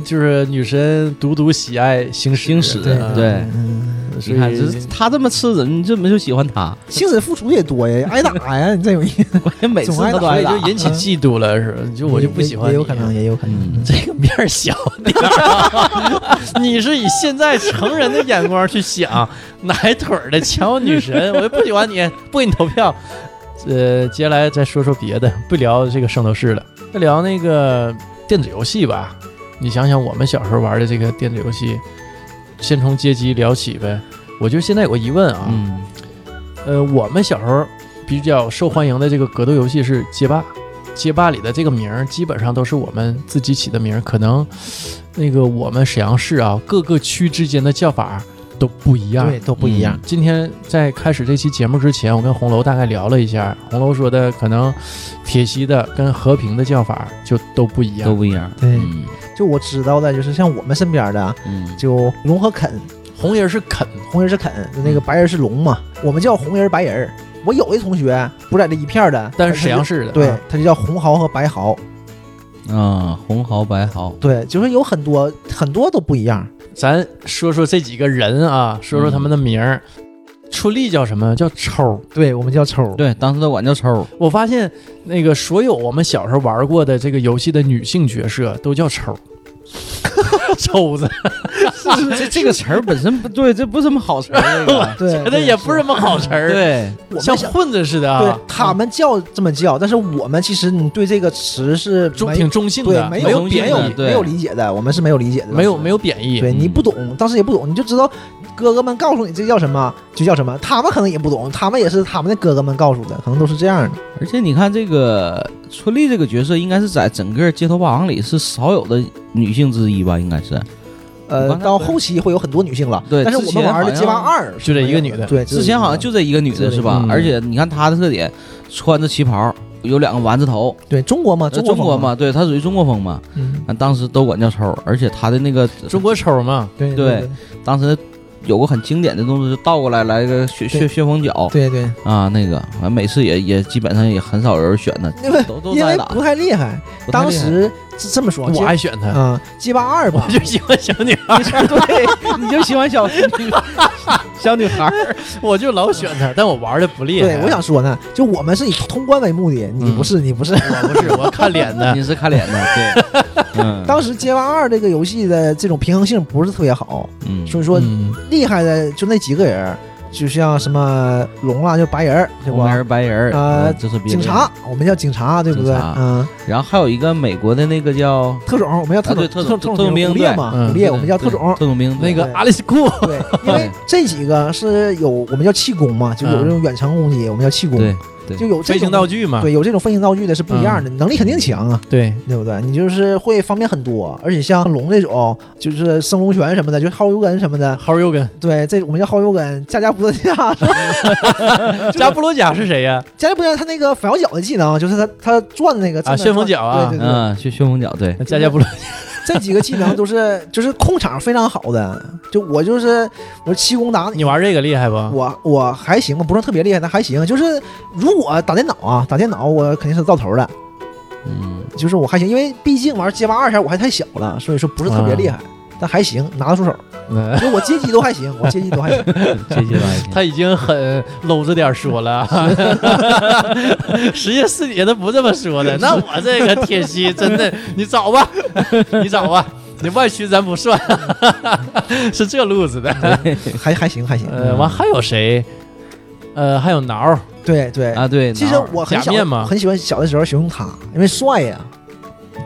就是女神独独喜爱星矢，星矢对啊对嗯，所你以看，这他这么吃人，你怎么就喜欢他？星矢付出也多呀，挨打呀， *laughs* 你这有意思。关键每次总爱他都打嗯所挨以打就。引起嫉妒了，是吧？就我就不喜欢也你，啊也有可能，也有可能。嗯，这个面儿小点儿啊。 *laughs* 你是以现在成人的眼光去想，奶腿儿的强女神，我就不喜欢你，不给你投票。呃，接下来再说说别的，不聊这个圣斗士了，再聊那个电子游戏吧。你想想我们小时候玩的这个电子游戏，先从街机聊起呗。我就现在有个疑问啊，嗯，呃，我们小时候比较受欢迎的这个格斗游戏是街霸，街霸里的这个名儿基本上都是我们自己起的名儿，可能那个我们沈阳市啊各个区之间的叫法都不一样。对，都不一样。今天在开始这期节目之前，我跟红楼大概聊了一下，红楼说的可能铁西的跟和平的叫法就都不一都样。不一样。对，嗯就我知道的，就是像我们身边的，啊嗯，就龙和肯，红人是肯，红人是肯，那个白人是龙嘛，我们叫红人白人。我有一同学不在这一片儿的，但是沈阳他就市的对啊，他就叫红豪和白豪。啊，红豪白豪，对，就是有很多很多都不一样。咱说说这几个人啊，说说他们的名儿。春丽叫什么？叫抽儿。对我们叫抽，对，当时都管叫抽。我发现那个所有我们小时候玩过的这个游戏的女性角色都叫抽儿， *laughs* 抽子，这这个词儿本身不对，这不是什么好词儿。这个对，那对也不是什么好词儿， *laughs* 对， *laughs* 我们像想混子似的啊对，他们叫这么叫，但是我们其实你对这个词是中没挺中性对的，没没有有没贬有义，对没有理解的，我们是没有理解的，没有当时没有贬义，对嗯你不懂，当时也不懂，你就知道哥哥们告诉你这叫什么就叫什么，他们可能也不懂，他们也是他们的哥哥们告诉的，可能都是这样的。而且你看这个春丽这个角色，应该是在整个街头霸王里是少有的女性之一吧？应该是。我呃刚，才到后期会有很多女性了，对但是我之们前玩的好像街霸二就这一个女的对，之前好像就这一个女的是吧嗯？而且你看她的特点，穿着旗袍，有两个丸子头，对中国嘛，呃中国中国，嘛，对，她属于中国风嘛。嗯，啊当时都管叫抽，而且她的那个中国抽儿嘛，对对，当时有个很经典的动作，就倒过来来个旋对旋旋风脚对对，啊，那个完每次也也基本上也很少有人选的，因为都都因在为打。不太厉害。不太当厉害时这这么说，我嗯爱选他，啊，街霸二吧我，就喜欢小女啊孩， *laughs* 对，你就喜欢小 *laughs* 小女孩儿，我就老选他，但我玩的不厉害。对，我想说呢，就我们是以通关为目的，你嗯不是，你不是。我不 *laughs* 是，我看脸的。你是看脸的， *laughs* 对，嗯，啊当时街霸二这个游戏的这种平衡性不是特别好，嗯所以说嗯厉害的就那几个人，就像什么龙啊，就白人儿，对红人吧？儿白人儿呃嗯就是别警的察，我们叫警察，对不对？警察嗯，然后还有一个美国的那个叫特种，我们叫特啊对种，特特种特特种兵捕猎对嘛，嗯捕猎我们叫特 *laughs* 种。特种兵，那对个对阿丽斯库，对，因为这几个是有我们叫气功嘛，就有这种远程攻击，我们叫气功，对就有这飞行道种具嘛，对有这种飞行道具的是不一样的，能力肯定强啊。对，对不对？你就是会方便很多，而且像龙这种，就是升龙拳什么的，就是薅油根什么的，薅油根。 *laughs* 对，这我们叫薅油根。加加波特加，加布罗贾是谁呀？加加波特他那个反腰脚的技能，就是他他转的那个啊旋风脚啊对对对，嗯，旋旋风脚，对，加加布罗，这几个技能都是就是控场非常好的。就我就是我七攻打你，你玩这个厉害不？我我还行吧，不是特别厉害，但还行。就是如果打电脑啊，打电脑我肯定是到头的，嗯，就是我还行，因为毕竟玩街霸二前我还太小了，所以说不是特别啊厉害，但还行，拿得出手。嗯就我接机都还行，我接机都还 *laughs* 行。这些 *laughs* 玩意儿他已经很搂着点儿说 *laughs* 了，实际私底下他不这么说的。那我这个铁西真的，你找 *laughs* 吧，你找吧，你外区咱不算， *laughs* 是这路子的。还还行还行，呃，完还有谁？呃，还有挠儿，对对。啊，对，其实挠儿我很假面小嘛很喜欢小的时候喜欢他，因为帅呀，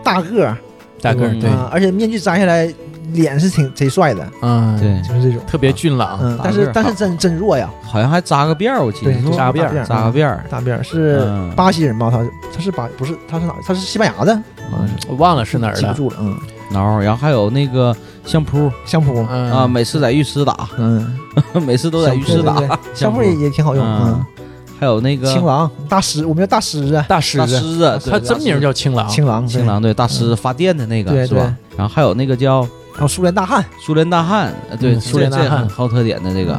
大个儿，大个儿嗯对，啊而且面具摘下来，脸是挺贼帅的，嗯，对，就是这种。特别俊朗，嗯，大但个是儿但好是真真弱呀，好像还扎个辫儿，我记得对是吧扎个辫辫儿儿扎个辫儿，大辫儿是嗯，巴西人吧？他他是巴不是他是哪？他是西班牙的，好像是我忘了是哪儿记不的。住了，嗯，挠儿，然后还有那个相扑相扑，嗯啊，每次在浴室打， *laughs* 嗯，每次都在浴对室对打，对，相扑相也扑也挺好用，嗯嗯，，还有那个青狼大狮，我们叫大狮子，啊大狮大子，狮子，对他真名叫青狼，青狼，青狼，对，大狮子发电的那个嗯对是吧？然后还有那个叫对，还有苏联大汉，苏联大汉，呃对，嗯苏联这大这汉很好特点的这个，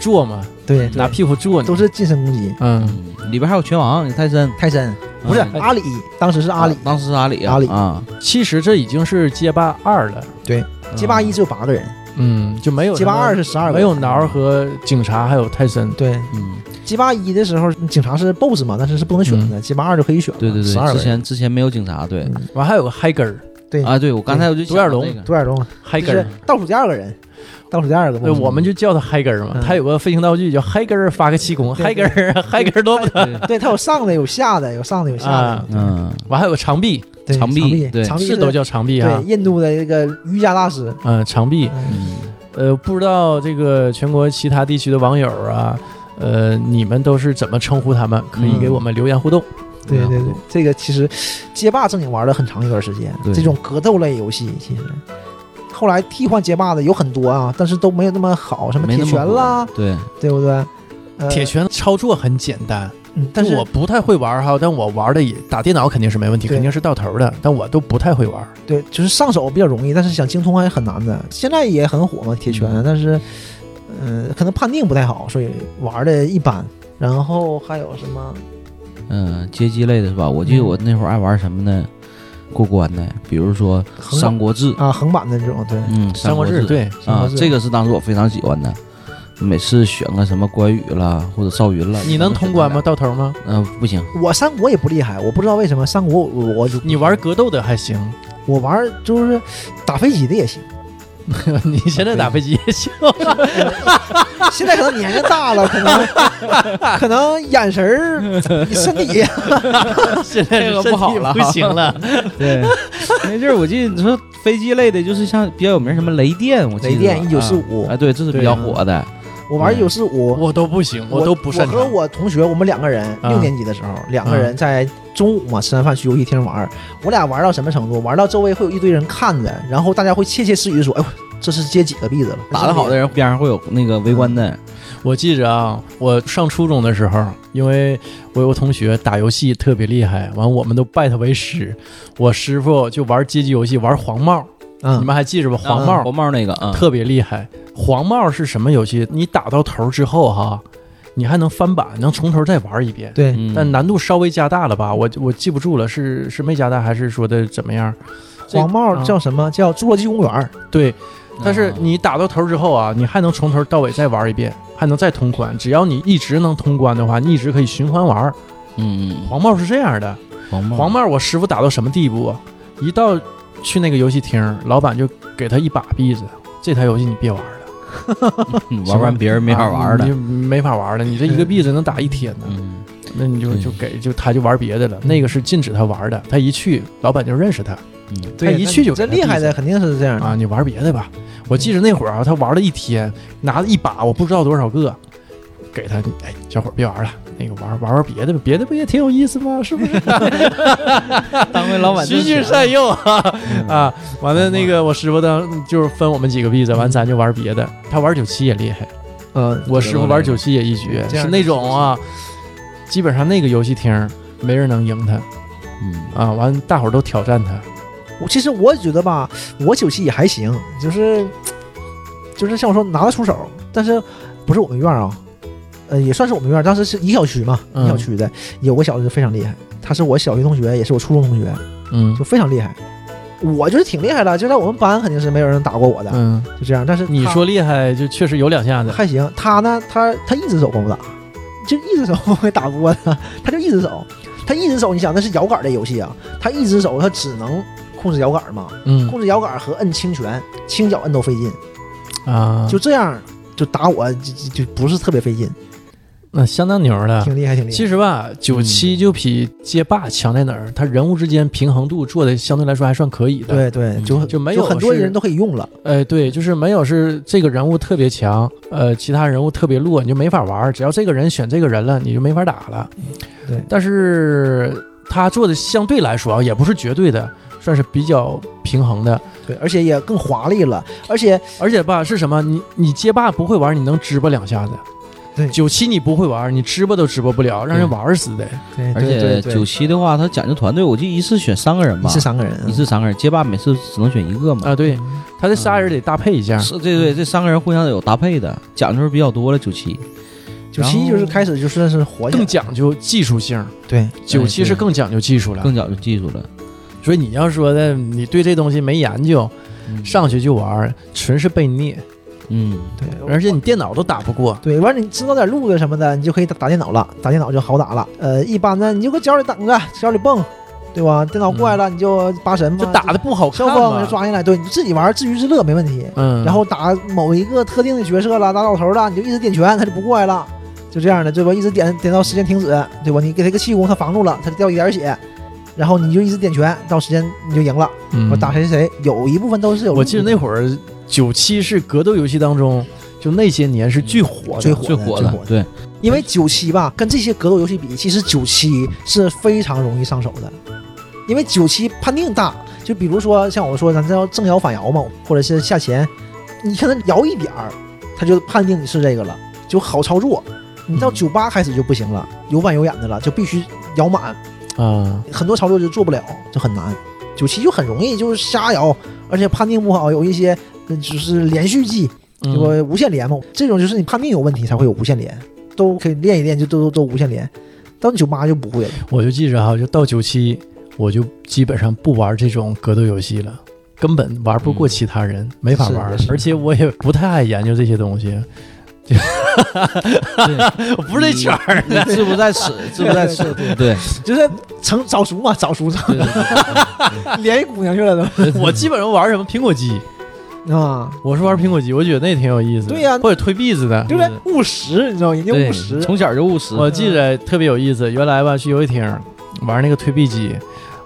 坐嘛，对，拿对，屁股坐你都。是近身攻击，嗯，嗯，里边还有拳王泰森，泰森不是嗯阿里，当时是阿里啊，当时是阿里啊，阿里啊，其实这已经是街霸二了，街霸一嗯只有八个人，嗯，就没有街霸什么二是十二个没人，有挠儿和警察，还有泰森。对，嗯，街霸一的时候警察是 BOSS 嘛，但是是不能选的，街霸二就可以选了，对对十二对，个之人，前之前没有警察，对嗯完还有个嗨根儿，对啊，对我刚才我就独眼龙想到这个独眼龙嗨啊就根是儿，倒数第二个人，倒数第二个嘛，对，我们就叫他嗨根儿嘛嗯。他有个飞行道具叫嗨根儿发个气功，对嗨根 *laughs* 儿嗨根儿多不得。对他有上的有下的，有上的有下的啊，嗯，完还有个长臂，对长长臂对长臂是都叫长臂对啊。印度的这个瑜伽大师，嗯，长臂。嗯嗯呃，不知道这个全国其他地区的网友啊，呃，你们都是怎么称呼他们？可以嗯给我们留言互动。对对嗯对，这个其实街霸正经玩了很长一段时间对，这种格斗类游戏其实。后来替换街霸的有很多啊，但是都没有那么好，什么没铁那么拳啦，对，对不对？呃铁拳操作很简单，嗯，但嗯但是我不太会玩哈，但我玩的也打电脑肯定是没问题，对肯定是到头的，但我都不太会玩。对，就是上手比较容易，但是想精通还很难的。现在也很火嘛，铁拳，嗯但是，嗯、可能判定不太好，所以玩的一般。然后还有什么？嗯，街机类的是吧？我嗯记得我那会儿爱玩什么呢？过关的，比如说《横三国志》，啊，横版的这种，对，嗯，《三国国志对，三啊国，志这个是当时我非常喜欢的。每次选个什么关羽啦，或者赵云啦，你能通关吗？？到头吗？嗯、不行，我三国也不厉害，我不知道为什么三国我我就你玩格斗的还行，我玩就是打飞机的 *laughs* 也行， *laughs* 你现在打飞机也行。现在可能年龄大了，可能 *laughs* 可能眼神儿、身体 *laughs* *laughs* 现在是这个不好身体了不 *laughs* 行了。对， *laughs* 那阵儿我记得你说飞机类的，就是像比较有名什么雷电，我记得雷电啊1945啊，对，这是比较火的，我玩九四五，嗯我都不行，我都不擅我和长。我同学，我们两个人，啊六年级的时候，两个嗯人在中午嘛，吃完饭去游戏厅玩儿。我俩玩到什么程度？玩到周围会有一堆人看着，然后大家会窃窃私语说：“哎呦，这是接几个币子了？”打得好的人边上会有那个围观嗯的，我记着啊，我上初中的时候，因为我有个同学打游戏特别厉害，完我们都拜他为师。我师傅就玩街机游戏，玩黄帽，嗯你们还记着吧？黄啊帽黄帽那个嗯啊，特别厉害。黄帽是什么游戏？你打到头之后哈，你还能翻版，能从头再玩一遍。对，嗯但难度稍微加大了吧？我我记不住了，是是没加大还是说的怎么样？这黄帽啊叫什么？叫侏罗纪公园。对，但是啊你打到头之后啊，你还能从头到尾再玩一遍，还能再通关。只要你一直能通关的话，你一直可以循环玩儿。嗯黄帽是这样的，黄帽黄帽我师傅打到什么地步啊？一到去那个游戏厅，老板就给他一把臂子，这台游戏你别玩了，嗯玩完别人没法玩啊的你，没法玩了。你这一个臂子能打一天呢，嗯那你就对就给就他就玩别的了。那个是禁止他玩的，他一去老板就认识他嗯他一去就这给他厉害闭的肯定是这样的。啊，你玩别的吧。我记着那会儿啊，他玩了一天，拿了一把我不知道多少个，给他，哎，小伙儿别玩了，那个玩玩玩别的吧，别的不也挺有意思吗？是不是？当回老循循善诱啊嗯啊！完了，那个我师傅当就是分我们几个币子，完咱就玩别的。他玩九七也厉害，嗯，我师傅玩九七也一绝，这样是那种啊，基本上那个游戏厅没人能赢他嗯啊。完，大伙儿都挑战他，我其实我觉得吧，我九七也还行，就是就是像我说拿得出手，但是不是我们院儿啊，呃，也算是我们院儿，当时是一小区嘛，嗯一小区的有个小子就非常厉害，他是我小学同学，也是我初中同学，嗯就非常厉害。我就是挺厉害的，就在我们班肯定是没有人打过我的，嗯。就这样。但是你他说厉害，就确实有两下子。还行，他呢，他他一只手攻不打，就一只手没打不过他，他就一只手，他一只手，你想那是摇杆的游戏啊，他一只手他只能控制摇杆嘛，嗯控制摇杆和摁轻拳，轻脚摁都费劲，啊，就这样就打我就就就不是特别费劲，那相当牛了。挺厉害，挺厉嗯害。啊其实吧，九七就比街霸强在哪儿？他人物之间平衡度做的相对来说还算可以的。对对，嗯就就没就有很多是人都可以用了，对，哎，对，就是没有是这个人物特别强，呃，其他人物特别弱，你就没法玩儿。只要这个人选这个人了，你就没法打了。嗯对但是他做的相对来说啊，也不是绝对的，算是比较平衡的。对，而且也更华丽了，而且而且吧，是什么？你你街霸不会玩，你能支吧两下子。对九七你不会玩，你支吧都支吧不了，让人玩儿死的。哎对而且对对九对，七的话，它讲究团队，我记得一次选三个人吧，一次三个人，啊一次三个人，街霸每次只能选一个嘛。啊，嗯对，他这仨人得搭配一下。是，对对，这三个人互相有搭配的，讲究比较多了。九七，九七就是开始就算是活下来更讲究技术性，对九七对是更讲究技嗯术了。更讲究技术了。所以你要说的，你对这东西没研究，嗯上去就玩，纯是被虐，嗯，对，而且你电脑都打不过。对，完了你知道点路子什么的，你就可以打打电脑了，打电脑就好打了。呃，一般呢，你就搁脚里等着，脚里蹦，对吧？电脑过来了，你就八神嘛，嗯就打的不好看消嘛防就抓进来，对，你自己玩自娱自乐没问题。嗯，然后打某一个特定的角色了，打老头了，你就一直点拳，他就不过来了，就这样的，对吧？一直点点到时间停止，对吧？你给他一个气功，他防住了，他就掉一点血，然后你就一直点拳，到时间你就赢了。嗯我打。谁谁谁，有一部分都是有路的，我记得那会儿九七是格斗游戏当中，就那些年是巨火的，最火的最火最的火的，对，因为九七吧，跟这些格斗游戏比，其实九七是非常容易上手的，因为九七判定大。就比如说像我说，咱叫正摇反摇嘛，或者是下潜，你看他摇一点儿，他就判定你是这个了，就好操作。你到嗯九八开始就不行了，有板有眼的了，就必须摇满，啊，很多操作就做不了，就很难。九七就很容易就是瞎摇，而且判定不好，有一些呃就是连续技，嗯这个无限连嘛，这种就是你判定有问题才会有无限连，都可以练一练，就都都都无限连。到你九八就不会了， *laughs* 我就记着哈，就到九七，我就基本上不玩这种格斗游戏了，根本玩不过其他人，没法玩是是。是而且我也不太爱研究这些东西，我 *laughs* 不是这圈 *laughs* 儿。你志不在此，志不在此。对对就是成早熟嘛，早熟早对 *laughs* 对，连一姑娘去了 *laughs* 啊都我基本上玩什么苹果肌，啊，我是玩苹果肌，我觉得那挺有意思的。对呀或者推币子的。就是务实，你知道吗？人家对务实，从小就务实。我记得特别有意思，原来吧去游戏厅玩那个推币机，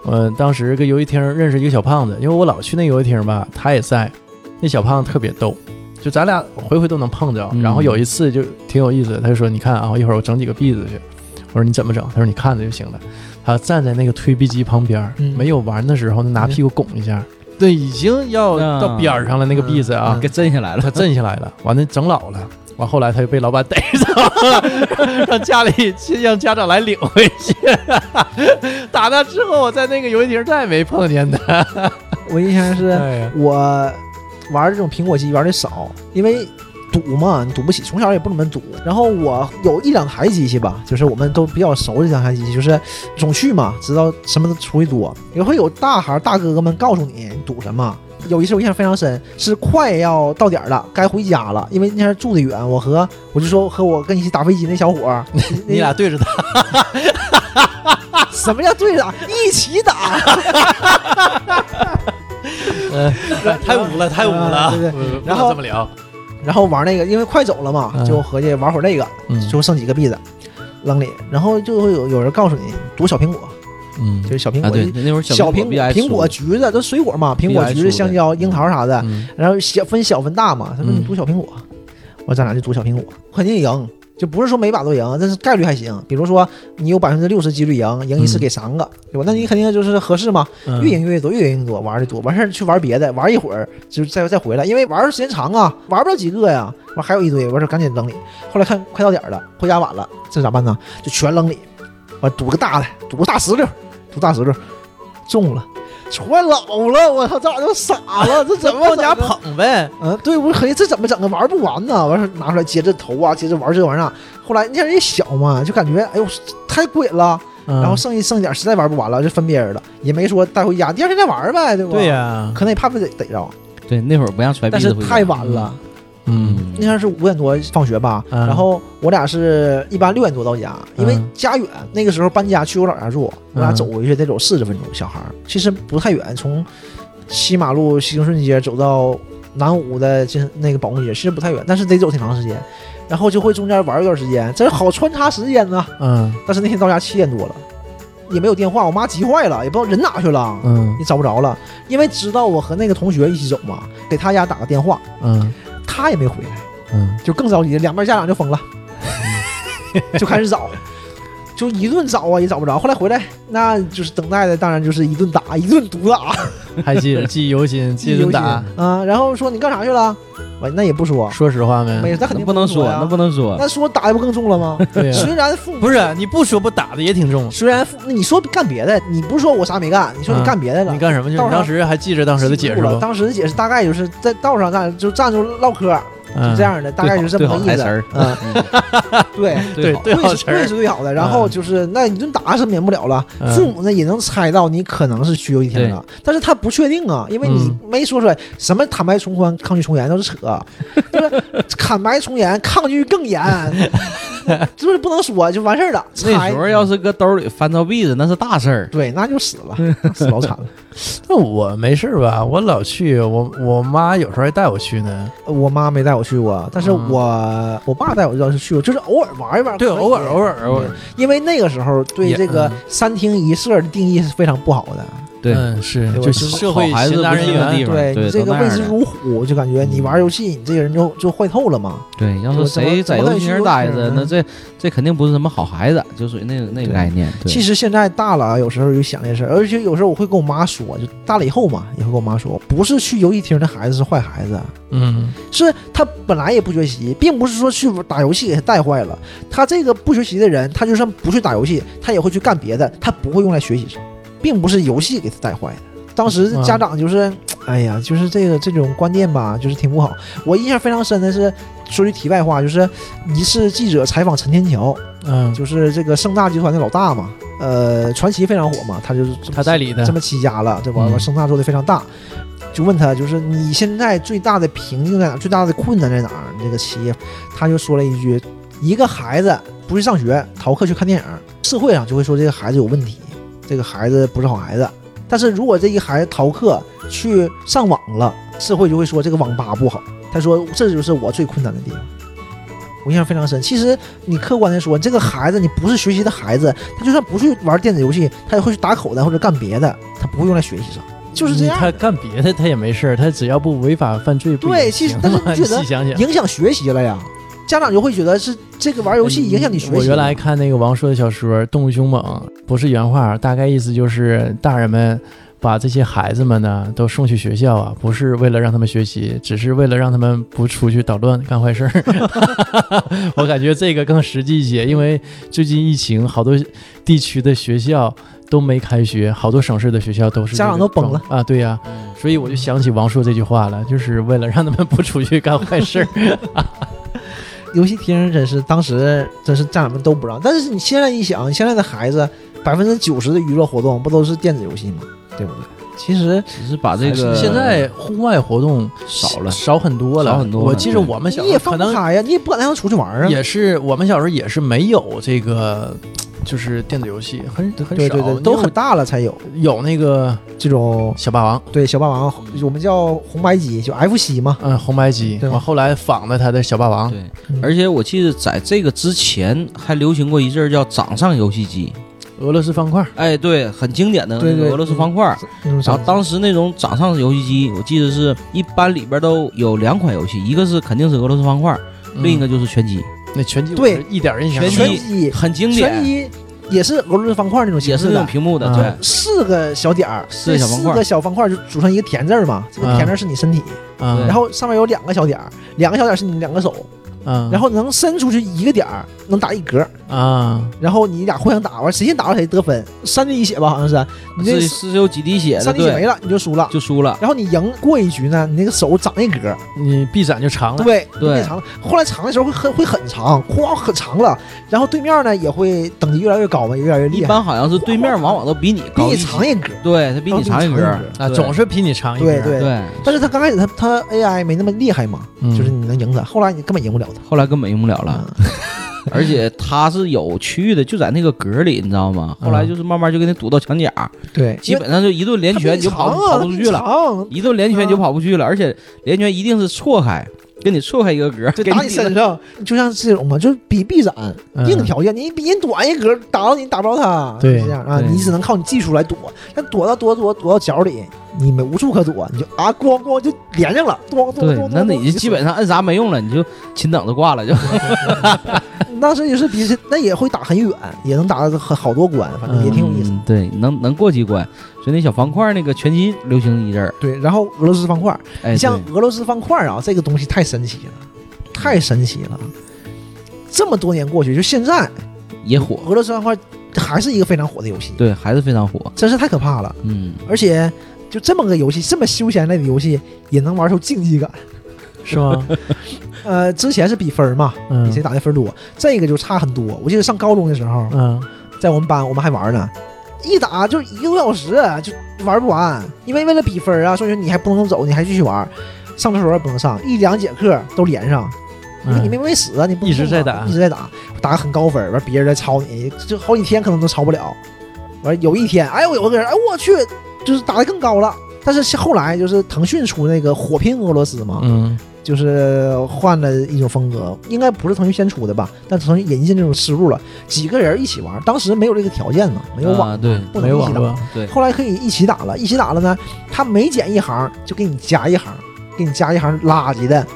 呃，当时跟游戏厅认识一个小胖子，因为我老去那游戏厅吧，他也在，那小胖子特别逗。就咱俩回回都能碰着，嗯然后有一次就挺有意思的，他就说：“你看啊，一会儿我整几个币子去。”我说：“你怎么整？”他说：“你看着就行了。”他站在那个推币机旁边儿，嗯没有玩的时候，拿屁股拱一下，嗯对，已经要啊到边儿上了那个币子啊，嗯给震下来了他。震下来了，完了整老了，完后来他就被老板逮着了， *laughs* 让家里让家长来领回去。 *laughs* 打那之后，我在那个游戏厅再也没碰见他。我印象是哎呀，我玩这种苹果机玩的少，因为赌嘛，你赌不起，从小也不怎么赌。然后我有一两台机器吧，就是我们都比较熟的两台机器，就是总去嘛，知道什么都出的多，也会有大孩儿大哥哥们告诉你你赌什么。有一次我印象非常深，是快要到点儿了，该回家了，因为那天住的远，我和我就说和我跟一起打飞机那小伙儿， *laughs* 你俩对着打，什么叫对打？一起打，太污了，太污了。嗯啊对对不能然后这么聊，然后玩那个，因为快走了嘛，嗯就合计玩会儿那个，嗯就剩几个币的扔里，然后就会有有人告诉你赌小苹果，嗯就是小苹果，啊，对，那会儿小苹苹果、苹果、橘子都水果嘛，苹果、必挨橘子、出香蕉、樱桃啥的，嗯然后小分小分大嘛，他说嗯你赌小苹果，我说咱俩就赌小苹果，肯定赢。就不是说每把都赢，但是概率还行。比如说你有百分之六十几率赢，赢一次嗯给三个，对吧？那你肯定就是合适嘛。嗯越赢越多，越赢越多，玩的多，完事儿去玩别的，玩一会儿就再再回来，因为玩儿时间长啊，玩不了几个呀，完还有一堆，完事儿赶紧扔里。后来看快到点儿了，回家晚了，这咋办呢？就全扔里，完赌个大的，赌个大石榴，赌大石榴，中了，全老了，我操，这俩就傻了，这怎 *laughs* 么往家整啊？捧呗。嗯，对，我合计这怎么整啊？玩不完呢，完事儿拿出来接着投啊，接着玩这玩意儿啊。后来你看人家小嘛，就感觉哎呦太过瘾了，然然后剩一剩一点，实在玩不完了，就分别人了，也没说带回家，第二天再玩呗，对嗯吧？对呀、可能也怕被逮逮着，对，那会儿不让揣但鼻是子回家。太晚了，嗯，那天是五点多放学吧，嗯然后我俩是一般六点多到家，因为嗯家远，那个时候搬家去我姥家住，我俩嗯走回去得走四十分钟，小孩儿其实不太远，从西马路兴顺街走到南五的就是那个保供街，其实不太远，但是得走挺长时间，然后就会中间玩一段时间，这好穿插时间呢。嗯但是那天到家七点多了，也没有电话，我妈急坏了，也不知道人哪去了，嗯也找不着了。因为知道我和那个同学一起走嘛，给他家打个电话，嗯他也没回来，嗯，就更着急，两边家长就疯了， *laughs* 就开始找。就一顿找啊，也找不着。后来回来，那就是等待的，当然就是一顿打，一顿毒打，还记记忆犹新，记忆游戏打啊。。然后说你干啥去了？完那也不说，说实话没？没事，那肯嗯那定不能说说，呀那不能说。啊那说打的不更重 *laughs* 了吗？对呀、虽然父母不是啊你不说不打的也挺重。虽然父那你说干别的，你不是说我啥没干，你说你嗯干别的了，你干什么去？道你上当时还记着当时的解释记住了不？当时的解释大概就是在道上站就站住唠嗑，嗯就这。样的，大概就是这对么好个意台词思。儿，嗯，对， *laughs* 对好对好对是词儿对是最好的。然后就是那一顿打是免不了了，嗯父母呢也能猜到你可能是去游戏厅了，但是他不确定啊，因为你没说出来什么坦白从宽、抗拒从严都是扯， *laughs* 就是坦白从严，抗拒更严，就是不能说就完事儿了。那猜时候要是搁兜里翻到币子，那是大事儿。对，那就死 *laughs* 了，死老惨了。那我没事儿吧？我老去，我我妈有时候还带我去呢。我妈没带我去过，但是嗯我、我爸带我倒是去过，就是偶尔玩一玩。对，啊可以嗯偶尔偶尔偶尔。因为那个时候对也这个嗯三厅一舍的定义是非常不好的。对，嗯，是对就就是社会好孩子闲杂不是人那个地员。方，对，你这都个那畏样之的。如虎，就感觉你玩游戏，你这个人就就坏透了嘛。对，要是谁在游戏厅待着，那这这肯定不是什么好孩子，就属于那个那个概念。对其实现在大了啊，有时候就想这事儿，而且有时候我会跟我妈说，就大了以后嘛，也会跟我妈说，不是去游戏厅的孩子是坏孩子，嗯是他本来也不学习，并不是说去打游戏给他带坏了。他这个不学习的人，他就算不去打游戏，他也会去干别的，他不会用来学习上，并不是游戏给他带坏的。当时嗯家长就是，哎呀，就是这个这种观念吧，就是挺不好。我印象非常深的是，说句题外话，就是一次记者采访陈天桥，嗯，就是这个盛大集团的老大嘛，呃，传奇非常火嘛，他就是这么他代理的这。么起家了，对吧？嗯完盛大做的非常大，就问他，就是你现在最大的瓶颈在哪儿？最大的困难在哪儿？你这个企业，他就说了一句：一个孩子不去上学，逃课去看电影，社会上就会说这个孩子有问题，这个孩子不是好孩子。但是如果这一孩子逃课去上网了，社会就会说这个网吧不好。他说这就是我最困难的地方。我印象非常深。其实你客观的说，这个孩子你不是学习的孩子，他就算不去玩电子游戏，他也会去打口袋或者干别的，他不会用来学习上，就是这样他。干别的他也没事儿，他只要不违法犯罪不对也其实行但是吗你 *laughs* 觉得细想想，影响学习了呀。家长就会觉得是这个玩游戏影响你学习。嗯我原来看那个王朔的小说《动物凶猛》，不是原话，大概意思就是大人们把这些孩子们呢都送去学校啊，不是为了让他们学习，只是为了让他们不出去捣乱干坏事儿。 *laughs* 我感觉这个更实际一些，因为最近疫情，好多地区的学校都没开学，好多省市的学校都是家长这个都崩状啊，对呀、所以我就想起王朔这句话了，就是为了让他们不出去干坏事 *laughs* 儿。游戏厅真是当时真是家长们都不让，但是你现在一想，现在的孩子百分之九十的娱乐活动不都是电子游戏吗？对不对？其实只是把这个现在户外活动少了少很多了，少很多了我记着我们小时候你也可放不能开呀，你也不敢让他出去玩啊。也是我们小时候也是没有这个，就是电子游戏很很少，对对对，都很大了才有有那个这种小霸王，对小霸王，我们叫红白机，就 FC 嘛。嗯，红白机，对我后来仿的他的小霸王，对，嗯而且我记得在这个之前还流行过一阵儿叫掌上游戏机，俄罗斯方块，哎，对，很经典的对那个对俄罗斯方块儿。嗯，然后当时那种掌上游戏机，我记得是一般里边都有两款游戏，一个是肯定是俄罗斯方块儿，另嗯一个就是拳击，嗯那拳击，对，一点印象都拳击没拳有。击，很经拳典，击也是俄罗斯方块那种也形是式那种的，嗯屏幕的，啊对，四个小点儿，四个小方块这四个小方块就组成一个田字儿嘛，这个田字儿是你身体，嗯，然后上面有两个小点儿，两个小点儿是你两个手，嗯，然后能伸出去一个点儿，能打一格，啊，然后你俩互相打吧，谁先打到谁得分，三滴血吧，好像是，你是这是有几滴血的，三滴血对，没了你就输了。就输了。然后你赢过一局呢，你那个手长一格，你臂展就长了，对，就对变长了。后来长的时候会很会很长，哐很长了。然后对面呢也会等级越来越高嘛，也越来越一厉害，般好像是对面往往都比你比高你一长些，一格。对他比你长一格啊啊，对总是比你长一对点，对，对，但是他刚开始他他 AI 没那么厉害嘛，嗯就是你能赢他，后来你根本赢不了他后来根本用不了了。了。嗯而且它是有区域的，就在那个格里，你知道吗？嗯后来就是慢慢就给你堵到墙角，对，基本上就一顿连他比拳你你就跑长啊嗯跑不出去了，他比你一顿连拳你就跑不出去了，而且连拳一定是错开，给你错开一个格，给长，打你你身上，就像这种嘛，就是比臂展，嗯硬条件，你比人短一格，打到你打不着他，对就是这样啊，对你只能靠你技术来躲，但躲到躲躲躲到角里，你没无处可躲，你就啊咣咣就连上了，咣咣咣对咣，，那你咣就基本上摁啥没用了，你就勤等着挂了就。当时也是比那也会打很远，也能打很好多关，反正也挺有意思。嗯对，能能过几关，所以那小方块那个拳击流行一阵儿，对，然后俄罗斯方块，哎，你对像俄罗斯方块啊，这个东西太神奇了，太神奇了。这么多年过去，就现在也火，俄罗斯方块还是一个非常火的游戏，对，还是非常火，真是太可怕了。嗯，而且就这么个游戏，这么休闲类的游戏也能玩出竞技感。是吗？ *laughs* 呃，之前是比分嘛，比嗯谁打的分多，这个就差很多。我记得上高中的时候，嗯，在我们班我们还玩呢，一打就一个多小时就玩不完，因为为了比分啊，所以说你还不能走，你还继续玩，上厕所也不能上，一两节课都连上，嗯因为你没没死啊，你不一直在打一直在打，打很高分，完别人在抄你，就好几天可能都抄不了，完有一天，哎呦有个人，哎我去，就是打得更高了。但是后来就是腾讯出那个火拼俄罗斯嘛，嗯就是换了一种风格，应该不是腾讯先出的吧？但腾讯引进这种思路了，几个人一起玩，当时没有这个条件嘛，没有网，啊，对不没能一网起络打。对，后来可以一起打了，一起打了呢，他每减一行就给你加一行，给你加一行垃圾的，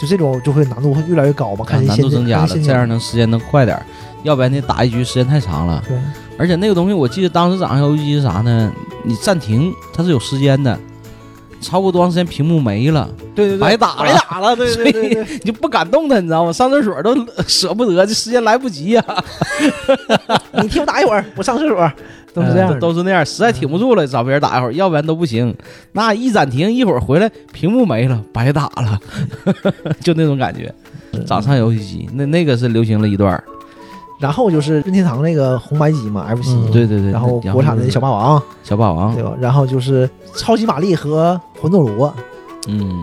就这种就会难度会越来越高嘛，看啊谁难先度进，增加看了，谁先这进样能时间能快点儿，要不然你打一局时间太长了。对，而且那个东西，我记得当时掌上游戏机是啥呢？你暂停它是有时间的，超过多长时间屏幕没了，对对对，白打白了，打了，对对对对 *laughs* 你就不敢动它，你知道吗？上厕所都 *laughs* 呃舍不得，这时间来不及呀、对，你替我打一会儿，我上厕所，都是这样嗯的。都是那样，实在挺不住了，找别人打一会儿，要不然都不行。那一暂停，一会儿回来屏幕没了，白打了， *laughs* 就那种感觉。嗯掌上游戏机，那那个是流行了一段儿，然后就是任天堂那个红白机嘛，FC，、嗯对对对。然后国产的就是小霸王，小霸王对，吧？然后就是超级玛丽和魂斗罗，嗯，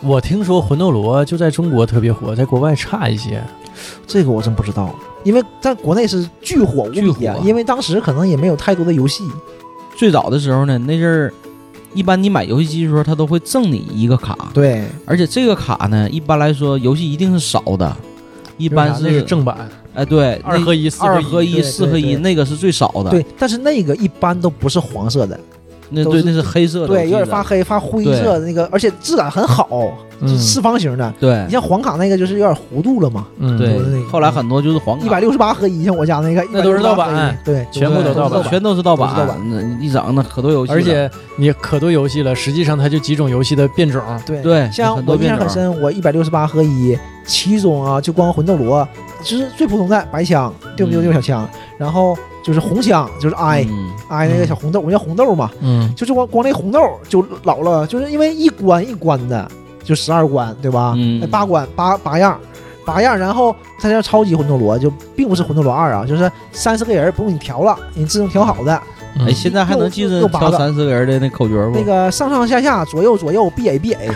我听说魂斗罗就在中国特别火，在国外差一些。这个我真不知道，因为在国内是巨火无比巨啊火！因为当时可能也没有太多的游戏，最早的时候呢，那阵儿一般你买游戏机的时候，它都会赠你一个卡，对，而且这个卡呢，一般来说游戏一定是少的，一一般那是正版，哎对二合一。一、四二合一，一、对四合对一，对那个是最少的。对，但是那个一般都不是黄色的，那都对是那是黑色的，我对，记有点得发黑、发灰对色的那个，而且质感很好，嗯是四方形的。对你像黄卡那个就是有点弧度了嘛，嗯，就是那对，个后来很多就是黄一百卡，六十八合一，像我家那个，那都是盗168合版一，对，全部都是盗版全都是盗都是盗版版，那一整那可多游戏了，而且你可多游戏了，实际上它就几种游戏的变种。对对像很多我印象变很种深，我一百六十八合一，其中啊，就光魂斗罗就是最普通的白枪，对不对？嗯就是小枪，然后就是红枪，就是 I 嗯 I 那个小红豆，我们叫红豆嘛，嗯就是光光那红豆就老了，就是因为一关一关的，就十二关对吧？嗯哎八关八八样。八样，然后它叫超级魂斗罗，就并不是魂斗罗二啊，就是三十个人不用你调了，你自动调好的，嗯哎，现在还能记得又拔挑了三四个人的那口诀不？那个上上下下左右左右 B A B A，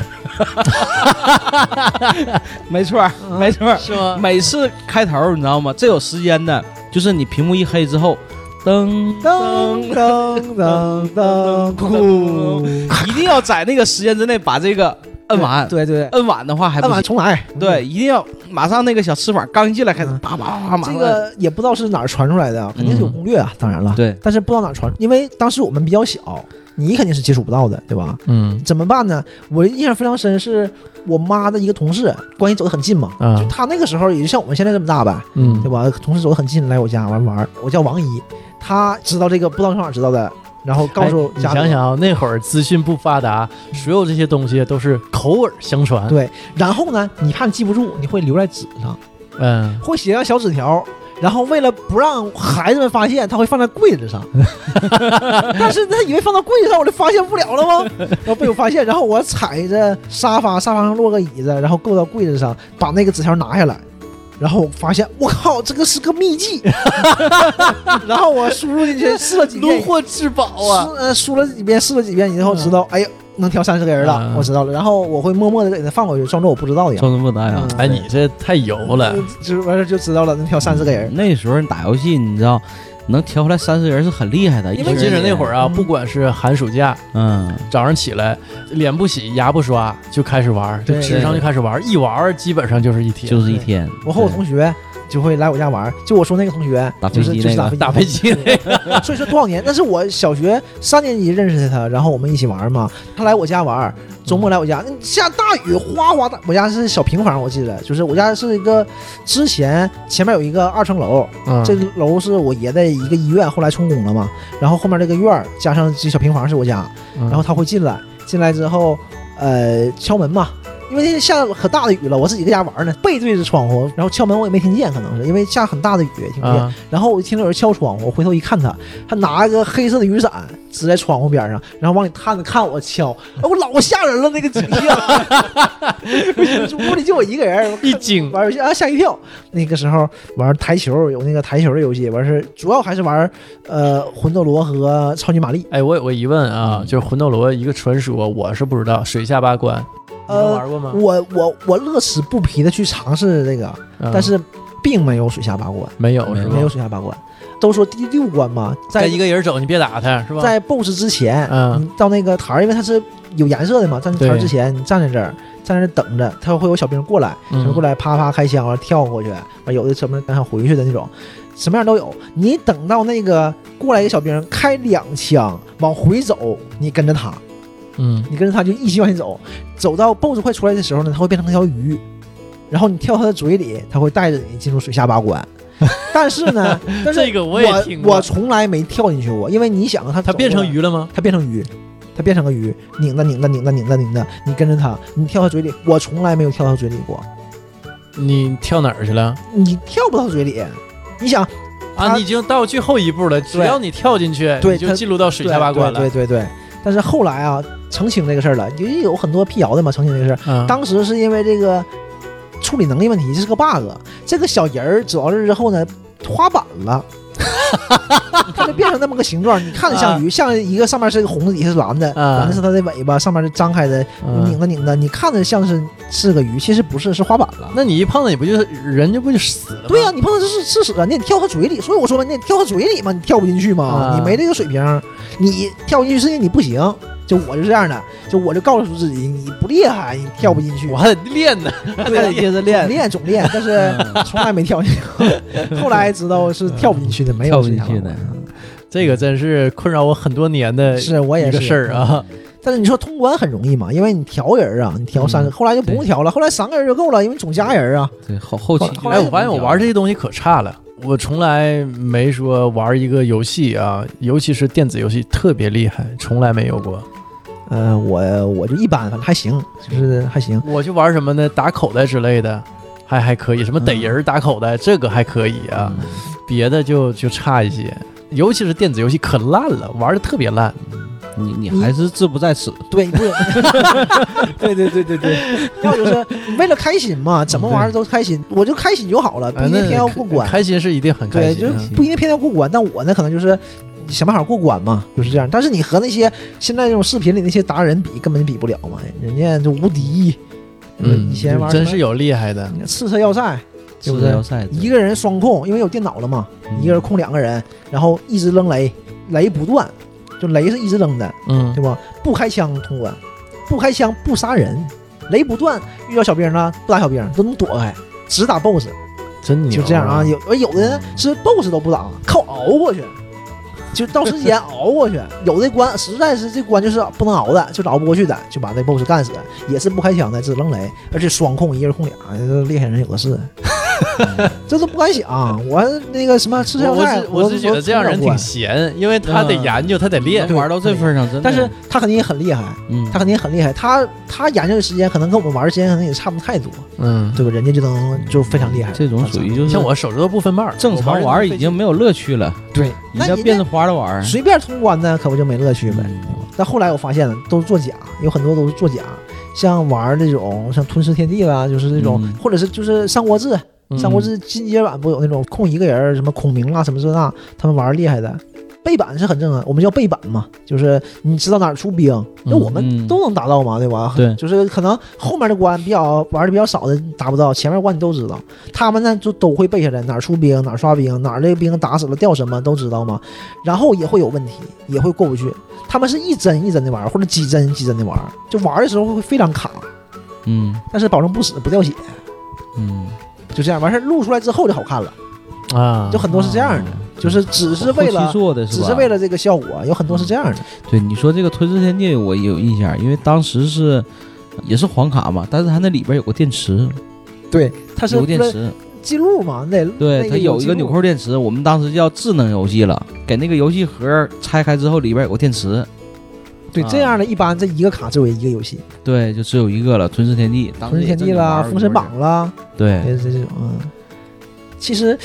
没错儿，嗯没错儿。是吗？每次开头你知道吗？这有时间的，就是你屏幕一黑之后，噔噔噔，噔噔噔咕，一定要在那个时间之内把这个摁完。对对，摁完的话还不按完行。重来。对，一定要马上那个小翅膀刚一进来开始叭叭叭叭嗯马这上摁。个也不知道是哪儿传出来的啊，肯定是有攻略啊，当然了。对，但是不知道哪儿传，因为当时我们比较小，你肯定是接触不到的，对吧？嗯怎么办呢？我印象非常深，是我妈的一个同事，关系走得很近嘛。啊就她那个时候也就像我们现在这么大呗，嗯对吧？同事走得很近，来我家玩玩儿。我叫王姨，她知道这个，不知道上哪儿知道的，然后告诉哎你家、想，想啊，那会儿资讯不发达，所有这些东西都是口耳相传。对然后呢，你怕你记不住，你会留在纸上，嗯，会写上小纸条，然后为了不让孩子们发现，他会放在柜子上。但是他以为放到柜子上，我就发现不了了吗？然后被我发现，然后我踩着沙发，沙发上落个椅子，然后够到柜子上，把那个纸条拿下来。然后我发现，我靠，这个是个秘籍。然后我输入进去试了几 *laughs* 遍，获至宝啊输！呃输了几遍，试了几遍以后，知道，哎呀，能挑三十个人了，嗯我知道了。然后我会默默的给他放回去，装作我不知道一样。装作不答呀。嗯哎，你这太油了。嗯就完事儿就知道了，能挑三十个人。那时候你打游戏，你知道能挑出来三四个人是很厉害的。我记得那会儿，儿啊，嗯不管是寒暑假，嗯，早上起来脸不洗、牙不刷就开始玩儿，就对纸上就开始玩儿，一玩儿基本上就是一天。就是一天。我和我同学就会来我家玩儿，就我说那个同学打就是飞机就是那打个打飞机那个， *laughs* 所以说多少年？但是我小学三年级认识的他，然后我们一起玩儿嘛。他来我家玩儿，周末来我家，那下大雨哗哗大。我家是小平房，我记得，就是我家是一个之前前面有一个二层楼，嗯这楼是我爷的一个医院，后来充公了嘛。然后后面这个院儿加上这小平房是我家，嗯然后他会进来，进来之后，呃，敲门嘛，因为那天下可大的雨了，我自己搁家玩呢，背对着窗户，然后敲门我也没听见，可能是因为下很大的雨也听不见。啊，然后我就听到有人敲窗户，我回头一看他，他拿个黑色的雨伞支在窗户边上，然后往里探着看我敲，哎，我老吓人了那个景象，屋里 *laughs* 就我一个人，我看一惊玩游戏啊吓一跳。那个时候玩台球，有那个台球的游戏，完是主要还是玩呃魂斗罗和超级玛丽。哎，我有个疑问啊，嗯就是魂斗罗一个传说，我是不知道水下八关，嗯你们呃玩过吗？我我我乐此不疲的去尝试这个，嗯但是并没有水下八关，没有是吧没有？水下八关。都说第六关嘛，在跟一个人走，你别打他是吧？在 BOSS 之前，嗯你到那个台儿，因为它是有颜色的嘛，站台儿之前，你站在这儿，站在这儿等着，他会有小兵过来，嗯小兵过来啪啪开枪，完了跳过去，完有的什么想回去的那种，什么样都有。你等到那个过来一个小兵开两枪往回走，你跟着他，嗯你跟着他就一起往前走，走到 BOSS 快出来的时候呢，他会变成那条鱼，然后你跳他的嘴里，他会带着你进入水下 *laughs* 八关。但是呢，但是这个我也听过我从来没跳进去过，因为你想啊，他它他变成鱼了吗？它变成鱼，它变成个鱼，拧的拧的拧的拧的拧的，你跟着它，你跳到嘴里，我从来没有跳到嘴里过，你跳哪儿去了？你跳不到嘴里。你想，啊，它你已经到最后一步了，只要你跳进去，对你就它进入到水下八关了对。对对对。但是后来啊，澄清这个事儿了，因为有很多辟谣的嘛，澄清这个事儿。嗯，当时是因为这个处理能力问题，这是个 bug。这个小人儿走到这儿之后呢，滑板 *laughs* 了。它就变成那么个形状，你看着像鱼，像一个上面是个红的，底下是蓝的，啊蓝的是它的尾巴，上面是张开的，拧嗯，着拧着，你看着像是是个鱼，其实不是，是花板了。那你一碰到你不就人就不就死了吗？对呀、你碰到这是吃屎啊，你得跳他嘴里。所以我说嘛，你得跳他嘴里嘛，你跳不进去嘛，啊你没这个水平，你跳不进去是因为你不行。就我就这样的，就我就告诉自己，你不厉害，你跳不进去。 *laughs* 我还得练呢。对 *laughs* 呀，接着总练嗯总练，但 *laughs* 是从来没跳进去。后来知道是跳不进去的，没有跳不进去这的样这个真是困扰我很多年的是我也一是个事儿。啊。但是你说通关很容易嘛，因为你调人啊，你调三个，嗯后来就不用调了，后来三个人就够了，因为你总加人啊。对后后期后后来哎，我发现我玩这些东西可差了，我从来没说玩一个游戏啊，尤其是电子游戏特别厉害，从来没有过。呃，我我就一般，反正还行，就是还行。我去玩什么呢？打口袋之类的，还还可以，什么嗯逮人儿打口袋，这个还可以啊，嗯别的就就差一些。尤其是电子游戏可烂了，玩的特别烂。你你还是志不在此，对，不， *laughs* 对对对对对，要就是为了开心嘛，怎么玩都开心，我就开心就好了，不哎一那定偏要过关。开心是一定很开对，心就啊、不一定偏要过关，但我呢可能就是想办法过关嘛，就是这样。但是你和那些现在这种视频里那些达人比，根本比不了嘛，人家就无敌。嗯，以前玩真是有厉害的。有刺客要塞，对不是对要？赛一个人双控，因为有电脑了嘛，嗯一个人控两个人，然后一直扔雷，雷不断，就雷是一直扔的，嗯对吧？不开枪通关，不开枪不杀人，雷不断，遇到小兵了不打小兵都能躲开，只打 BOSS，真牛就这样啊。有而有的人是 BOSS 都不打，靠熬过去，就到时 *laughs* 间熬过去。有的关实在是这关就是不能熬的，就是熬不过去的，就把这 BOSS 干死，也是不开枪的，只扔雷，而且双控一人控俩，这厉害人有 *laughs* 的是。这都不敢想，我那个什么吃我香我菜是，我是觉得这样人挺关闲，因为他得嗯研究，他得练能。玩到这份上，真的。但是他肯定也很厉害，嗯，他肯定很厉害，他他研究的时间可能跟我们玩的时间可能也差不太多，嗯，对吧？人家就能就非常厉害，这种属于就是像我手指头不分瓣儿，正常我玩儿已经没有乐趣了，对，你那像人变家着花的玩儿。随便通关呢，可不就没乐趣呗。嗯但后来我发现了，都是作假，有很多都是作假，像玩那种像吞噬天地啦，就是那种，嗯或者是就是三国志，三国志进阶版不有那种控一个人儿什么孔明啊什么这那，他们玩儿厉害的。背板是很正常，啊我们叫背板嘛，就是你知道哪儿出兵，那嗯我们嗯都能达到嘛，对吧？对就是可能后面的关比较玩的比较少的达不到，前面关你都知道。他们呢就都会背下来哪儿出兵，哪儿刷兵，哪儿这个兵打死了掉什么都知道嘛。然后也会有问题，也会过不去。他们是一帧一帧的玩，或者几帧几帧的玩，就玩的时候会非常卡，嗯但是保证不死不掉血，嗯，就这样完事儿录出来之后就好看了。啊，嗯就很多是这样的，的就是只是为了嗯做的是只吧？是为了这个效果，有很多是这样的。对你说这个《吞噬天地》，我也有印象，因为当时是也是黄卡嘛，但是它那里边有个电池，对，它是有个电为了池，记录嘛，那对，那它有一个记录纽扣电池，我们当时叫智能游戏了，给那个游戏盒拆开之后里边有个电池，对啊这样的，一般这一个卡只有一个游戏，对，就只有一个了，《吞噬天地》，当《时吞也噬天地》正经玩啦，儿《过封神榜》啦，对，这这这种，嗯，其实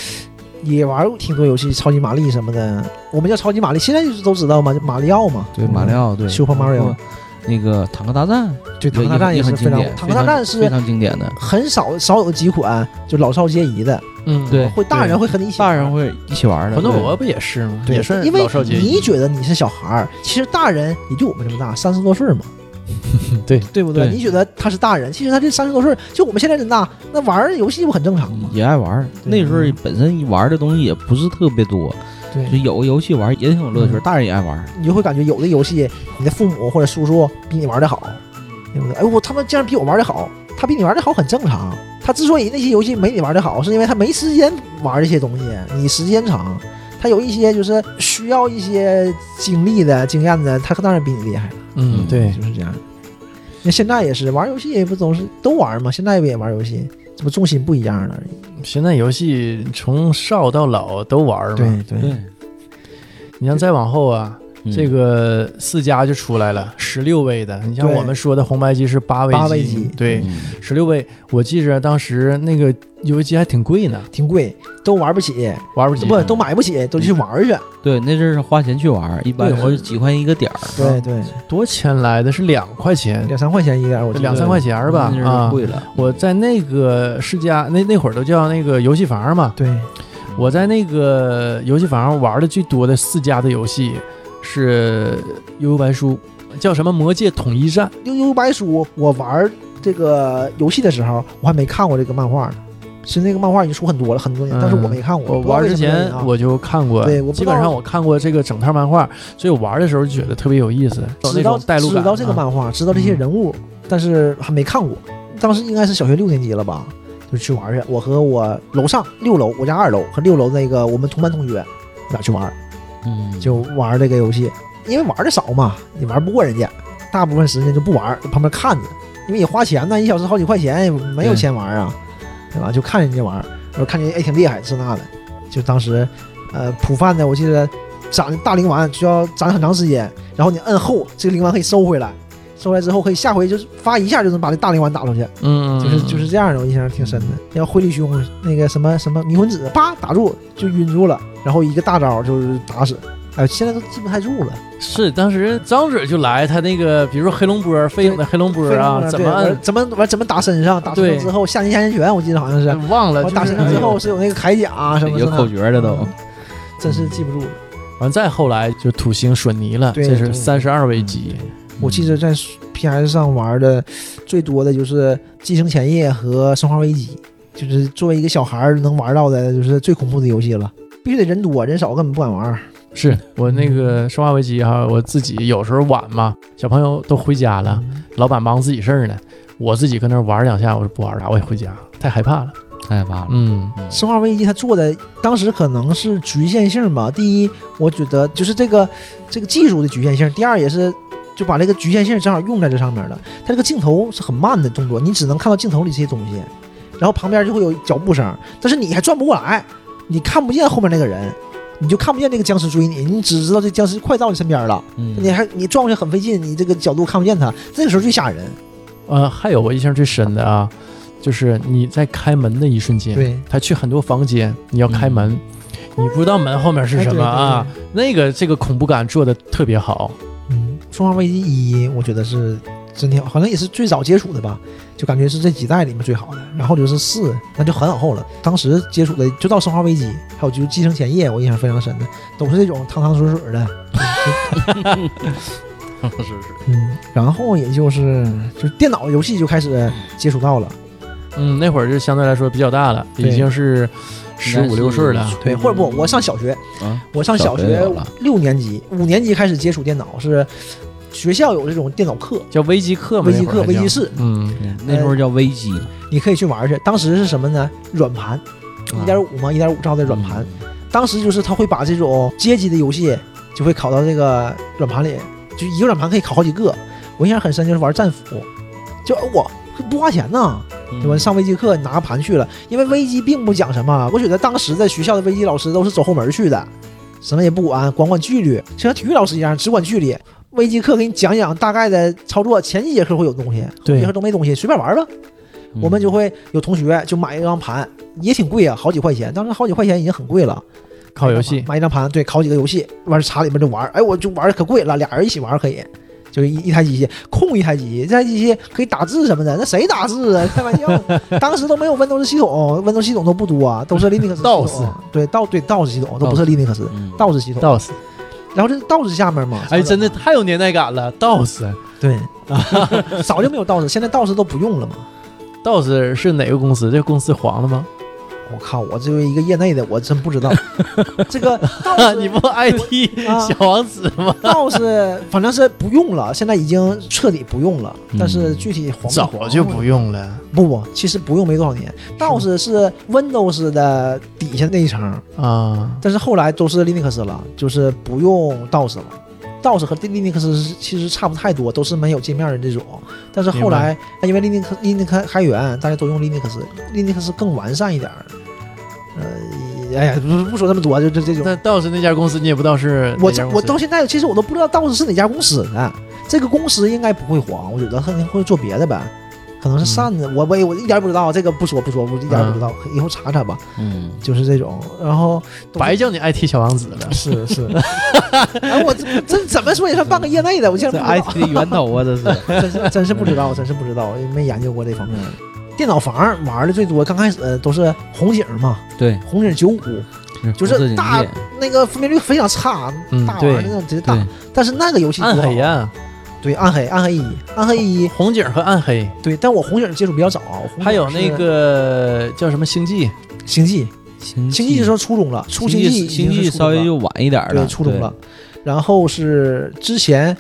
也玩过挺多游戏，超级玛丽什么的，我们叫超级玛丽，现在就是都知道嘛，就马里奥嘛，对马里奥，对 Super Mario 包括那个坦克大战，嗯对，坦克大战也也很是经非常典，，坦克大战非是常经典的，很少少有几款就老少皆宜的，嗯，对会大人会和你一起玩，大人会一起玩的，魂斗对罗不也是吗？对也是因为老少皆你宜。觉得你是小孩儿，其实大人也就我们这么大，三十多岁嘛。 *laughs* 对对不对？对你觉得他是大人，其实他这三十多岁，就我们现在人大，那玩儿游戏不很正常嗯吗？也爱玩儿。对那时候本身玩的东西也不是特别多，就对，有个游戏玩儿也挺有乐趣，嗯大人也爱玩儿。你就会感觉有的游戏，你的父母或者叔叔比你玩的好，对不对？哎，我他妈竟然比我玩的好，他比你玩的好很正常。他之所以那些游戏没你玩的好，是因为他没时间玩这些东西，你时间长，他有一些就是需要一些经历的经验的，他当然比你厉害了，嗯，对，就是这样。那现在也是玩游戏，不总是都玩吗？现在不也玩游戏？这不重心不一样了而已。现在游戏从少到老都玩儿嘛。对对，你像再往后啊，嗯这个四家就出来了，十六位的。你像对我们说的红白机是八位八位机对，嗯十六位。我记着当时那个游戏机还挺贵呢，挺贵，都玩不起，玩不起。不都买不起，都去玩去。对，那阵儿是花钱去玩儿，一般对我是几块钱一个点儿，对对，多钱来的？是两块钱，嗯两三块钱一点，我记得两三块钱儿吧那阵啊儿。贵了。我在那个世家那那会儿都叫那个游戏房嘛，对，我在那个游戏房玩的最多的四家的游戏是《幽游白书》，叫什么《魔界统一战》。 《悠悠白书》，我玩这个游戏的时候，我还没看过这个漫画呢。是那个漫画已经出很多了，很多年，嗯但是我没看过。我玩之前啊我就看过，对我不知基道本上我看过这个整套漫画，所以我玩的时候就觉得特别有意思，有知那道种代入感啊。嗯知道这个漫画，知道这些人物，但是还没看过。当时应该是小学六年级了吧，就去玩去。我和我楼上六楼，我家二楼和六楼那个我们同班同学，我俩去玩。嗯，就玩这个游戏，因为玩的少嘛，你玩不过人家，大部分时间就不玩，旁边看着，因为你花钱呢，一小时好几块钱，没有钱玩啊，对吧？就看人家玩，然后看人家哎挺厉害，这那的，就当时，呃，普饭的我记得攒大灵丸需要攒很长时间，然后你摁后，这个灵丸可以收回来，收回来之后可以下回就是发一下就能把这大灵丸打出去，嗯，就是就是这样的，我印象挺深的。要惠利兄啊那个什么什么迷魂子，叭打住就晕住了，然后一个大招就是打死。哎，现在都记不太住了。是当时张嘴就来，他那个比如说黑龙波飞影的黑龙波啊，对怎么玩按怎么玩怎么打身上，打身对上之后下金下神拳，我记得好像是。忘了，我就是打身上之哎呦后是有那个铠甲啊什么有的，口诀的都。真是记不住了。完再后来就土星水泥了，对这是对三十二位机，我记得嗯在 PS 上玩的最多的就是《寄生前夜》和《生化危机》，就是作为一个小孩儿能玩到的，就是最恐怖的游戏了。必须得人多，人少根本不敢玩。是我那个生化危机哈，我自己有时候晚嘛，小朋友都回家了，老板忙自己事儿呢，我自己搁那儿玩两下，我说不玩了，我也回家，太害怕了。太害怕了。嗯嗯生化危机它做的当时可能是局限性吧。第一，我觉得就是这个这个技术的局限性；第二，也是就把这个局限性正好用在这上面了。它这个镜头是很慢的动作，你只能看到镜头里这些东西，然后旁边就会有脚步声，但是你还转不过来，你看不见后面那个人，你就看不见那个僵尸追你，你只知道这僵尸快到你身边了，你嗯，还你转过去很费劲，你这个角度看不见它，这个时候最吓人。呃，还有我印象最深的啊，就是你在开门的一瞬间，对，嗯他去很多房间，你要开门，你不知道门后面是什么啊，哎？对对对那个这个恐怖感做的特别好。嗯，《生化危机一》我觉得是真挺好，好像也是最早接触的吧，就感觉是这几代里面最好的。然后就是四，那就很往后了。当时接触的就到《生化危机》，还有就是《寄生前夜》，我印象非常深的，都是这种汤汤水水的。 *laughs* 是是，嗯，然后也就是就是电脑游戏就开始接触到了，嗯，那会儿就相对来说比较大了，对已经是十五六岁了。对，或者不，我上小学，啊，我上小嗯小学学有了六年级、五年级开始接触电脑，是学校有这种电脑课、叫危机课嘛，微机那会课、儿微还叫机室，嗯，那呃时候叫危机，你可以去玩去。当时是什么呢？软盘。一点五嘛，一点五兆的软嗯盘。当时就是他会把这种街机的游戏就会拷到这个软盘里，就一个软盘可以拷好几个。我印象很深，就是玩战斧，就呃我不花钱呢，嗯，对吧？上微机课你拿个盘去了，因为微机并不讲什么。我觉得当时的学校的微机老师都是走后门去的，什么也不管，管管纪律，就像体育老师一样，只管纪律。微机课给你讲讲大概的操作，前几节课会有东西，后几节课都没东西，随便玩吧。嗯我们就会有同学就买一张盘，也挺贵啊，好几块钱，当时好几块钱已经很贵了。靠游戏，买一张盘，对，拷几个游戏，完事查里面就玩儿。哎，我就玩儿可贵了，俩人一起玩儿可以，就一一台机器控一台机器，这台机器可以打字什么的，那谁打字啊？开玩 *laughs* 笑，当时都没有 Windows 系统，Windows 系统都不多啊，都是 Linux 系统 DOS 对，道对 DOS 系统都不是 Linux，嗯 DOS 系统。 DOS，然后这 DOS 下面嘛， *laughs* 哎，真 *laughs* 的太有年代感了，DOS。对， *laughs* 早就没有 DOS，现在 DOS 都不用了嘛。 DOS 是哪个公司？这个公司黄了吗？我靠，我作为一个业内的，我真不知道这个啊 DOS *laughs* 你不 IT 啊小王子吗？倒是反正是不用了，现在已经彻底不用了。但是嗯具体黄不早黄就不用了不不，其实不用没多少年。倒是是 Windows 的底下那一层，啊！但是后来都是 Linux 了，就是不用 DOS 了。DOS 和 Linux 是其实差不太多，都是没有界面的这种。但是后来因为 Linux Linux 开源，大家都用 Linux，Linux 更完善一点儿。呃，哎呀，不不说那么多，就这这种。那 DOS 那家公司你也不知道是我哪家这公司我到现在其实我都不知道道士是哪家公司的，这个公司应该不会黄，我觉得肯定会做别的呗，可能嗯是扇子，我我也我一点儿不知道，这个不说不说，我一点儿不知道，以后查查吧，嗯， *laughs* 就是这种，*laughs* 然后都白叫你 IT 小王子了。是是， *laughs* 哎我这这怎么说也算半个业内的，我竟这然不知道 IT 的源头啊，*laughs* 这是。真是真是不知道，真是不知道，也没研究过这方面。嗯电脑房玩的最多，刚开始都是红警嘛，对，红警九五，就是大那个分辨率非常差，嗯大玩对意儿那种直接大对，，但是那个游戏暗多好黑啊呀，对，暗黑，暗黑一，暗黑一，红警和暗黑，对，但我红警接触比较早，红警还有那是个叫什么星际，星际，星星际是时候初中了，出星际已星经是际初稍中微了就晚一点儿对了，初中了，然后是之前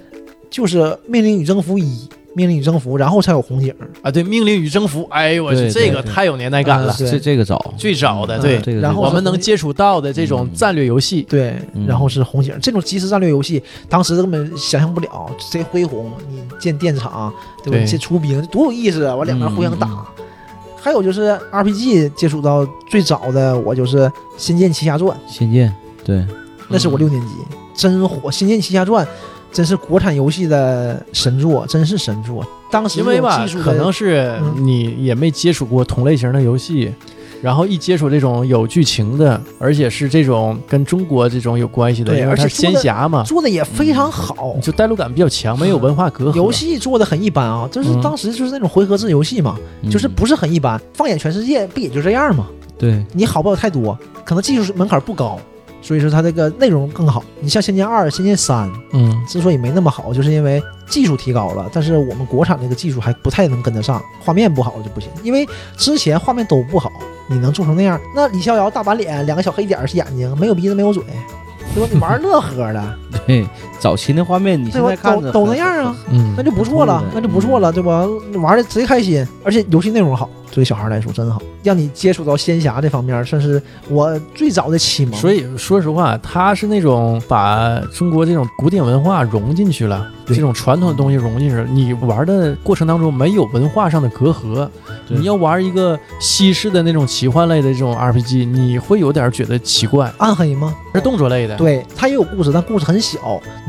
就是命令与征服一，命令与征服，然后才有红警。啊，对，命令与征服，哎呦我去，对这个对对太有年代感嗯了，是这这个早，最早的嗯对。这个然后我们能接触到的这种嗯战略游戏，对嗯，然后是红警这种即时战略游戏，当时根本想象不了，谁恢宏，你建电厂，对吧？对你建出兵，多有意思啊！完两边互相打。嗯嗯还有就是 RPG 接触到最早的，我就是《仙剑奇侠传》，仙剑，对，那是我嗯六年级，真火，《仙剑奇侠传》真是国产游戏的神作，真是神作。当时因为这种吧技术，的可能是嗯你也没接触过同类型的游戏，然后一接触这种有剧情的，而且是这种跟中国这种有关系的，对因为而它且是仙侠嘛，做的也非常好，就代入感比较强，没有文化隔阂。游戏做的很一般啊，就是嗯当时就是那种回合制游戏嘛，就是嗯不是很一般。放眼全世界，不也就这样吗？对， *laughs* 你好不了太多，可能技术门槛不高，所以说它这个内容更好。你像《仙剑二》《仙剑三》嗯，之所以没那么好，就是因为技术提高了，但是我们国产这个技术还不太能跟得上，画面不好就不行。因为之前画面都不好，你能做成那样，那李逍遥大板脸，两个小黑点儿是眼睛，没有鼻子没有嘴，对吧？你玩乐呵的，对，早期那画面你现在对吧？看都着都很那样啊，，嗯那就不错了很，那就不错了，对吧？玩的贼开心，而且游戏内容好，对小孩来说真好，让你接触到仙侠这方面，算是我最早的启蒙。所以说实话，他是那种把中国这种古典文化融进去了，这对种传统的东西融进去了。你玩的过程当中没有文化上的隔阂，对你要玩一个西式的那种奇幻类的这种 RPG，你会有点觉得奇怪，暗黑吗？是动作类的。对，啊它也有故事，但故事很小，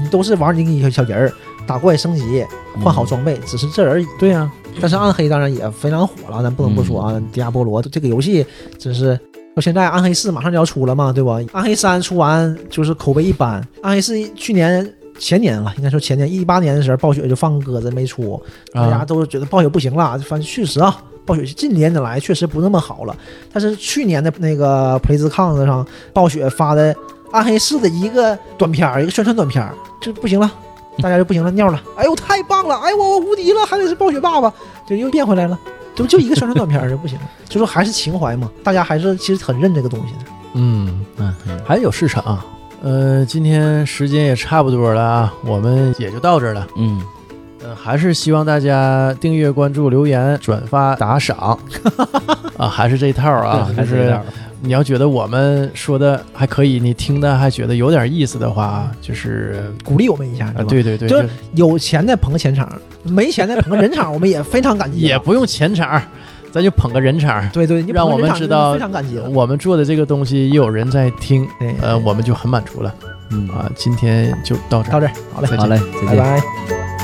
你都是玩你个小人儿，打怪升级，换嗯好装备，只是这而已。对呀、但是暗黑当然也非常火了，咱不能不说啊，迪亚波罗》这个游戏真是。到现在，《暗黑四》马上就要出了嘛，对吧？《暗黑三》出完就是口碑一般，《暗黑四》去年前年了，应该说前年一八年的时候，暴雪就放鸽子没出，大家啊，都觉得暴雪不行了，反正确实啊，暴雪近年来确实不那么好了。但是去年的那个 PlaySCon 上，暴雪发的《暗黑四》的一个短片儿，一个宣传短片儿，就不行了，大家就不行了，尿 *laughs* 了，哎呦太棒了，哎呦我我无敌了，还得是暴雪爸爸，就又变回来了。这不就一个宣传短片儿就不行了，就说还是情怀嘛，大家还是其实很认这个东西的。嗯，嗯，还有市场啊。呃，今天时间也差不多了啊，我们也就到这儿了。嗯，嗯，还是希望大家订阅、关注、留言、转发、打赏 *laughs* 啊，还是这一套啊，对就还这是样儿你要觉得我们说的还可以，你听的还觉得有点意思的话，就是鼓励我们一下，啊，吧，对对对，就是有钱的捧个钱场，没钱的捧个人场，我们也非常感激 *laughs* 也啊。不用钱场儿，咱就捧个人场儿。对对，你捧让个我们人场知真的道呃非常感激了。我们做的这个东西也有人在听，对呃，我们就很满足了嗯，啊。今天就到这儿到。这儿，好嘞，再见好嘞，再拜见。拜。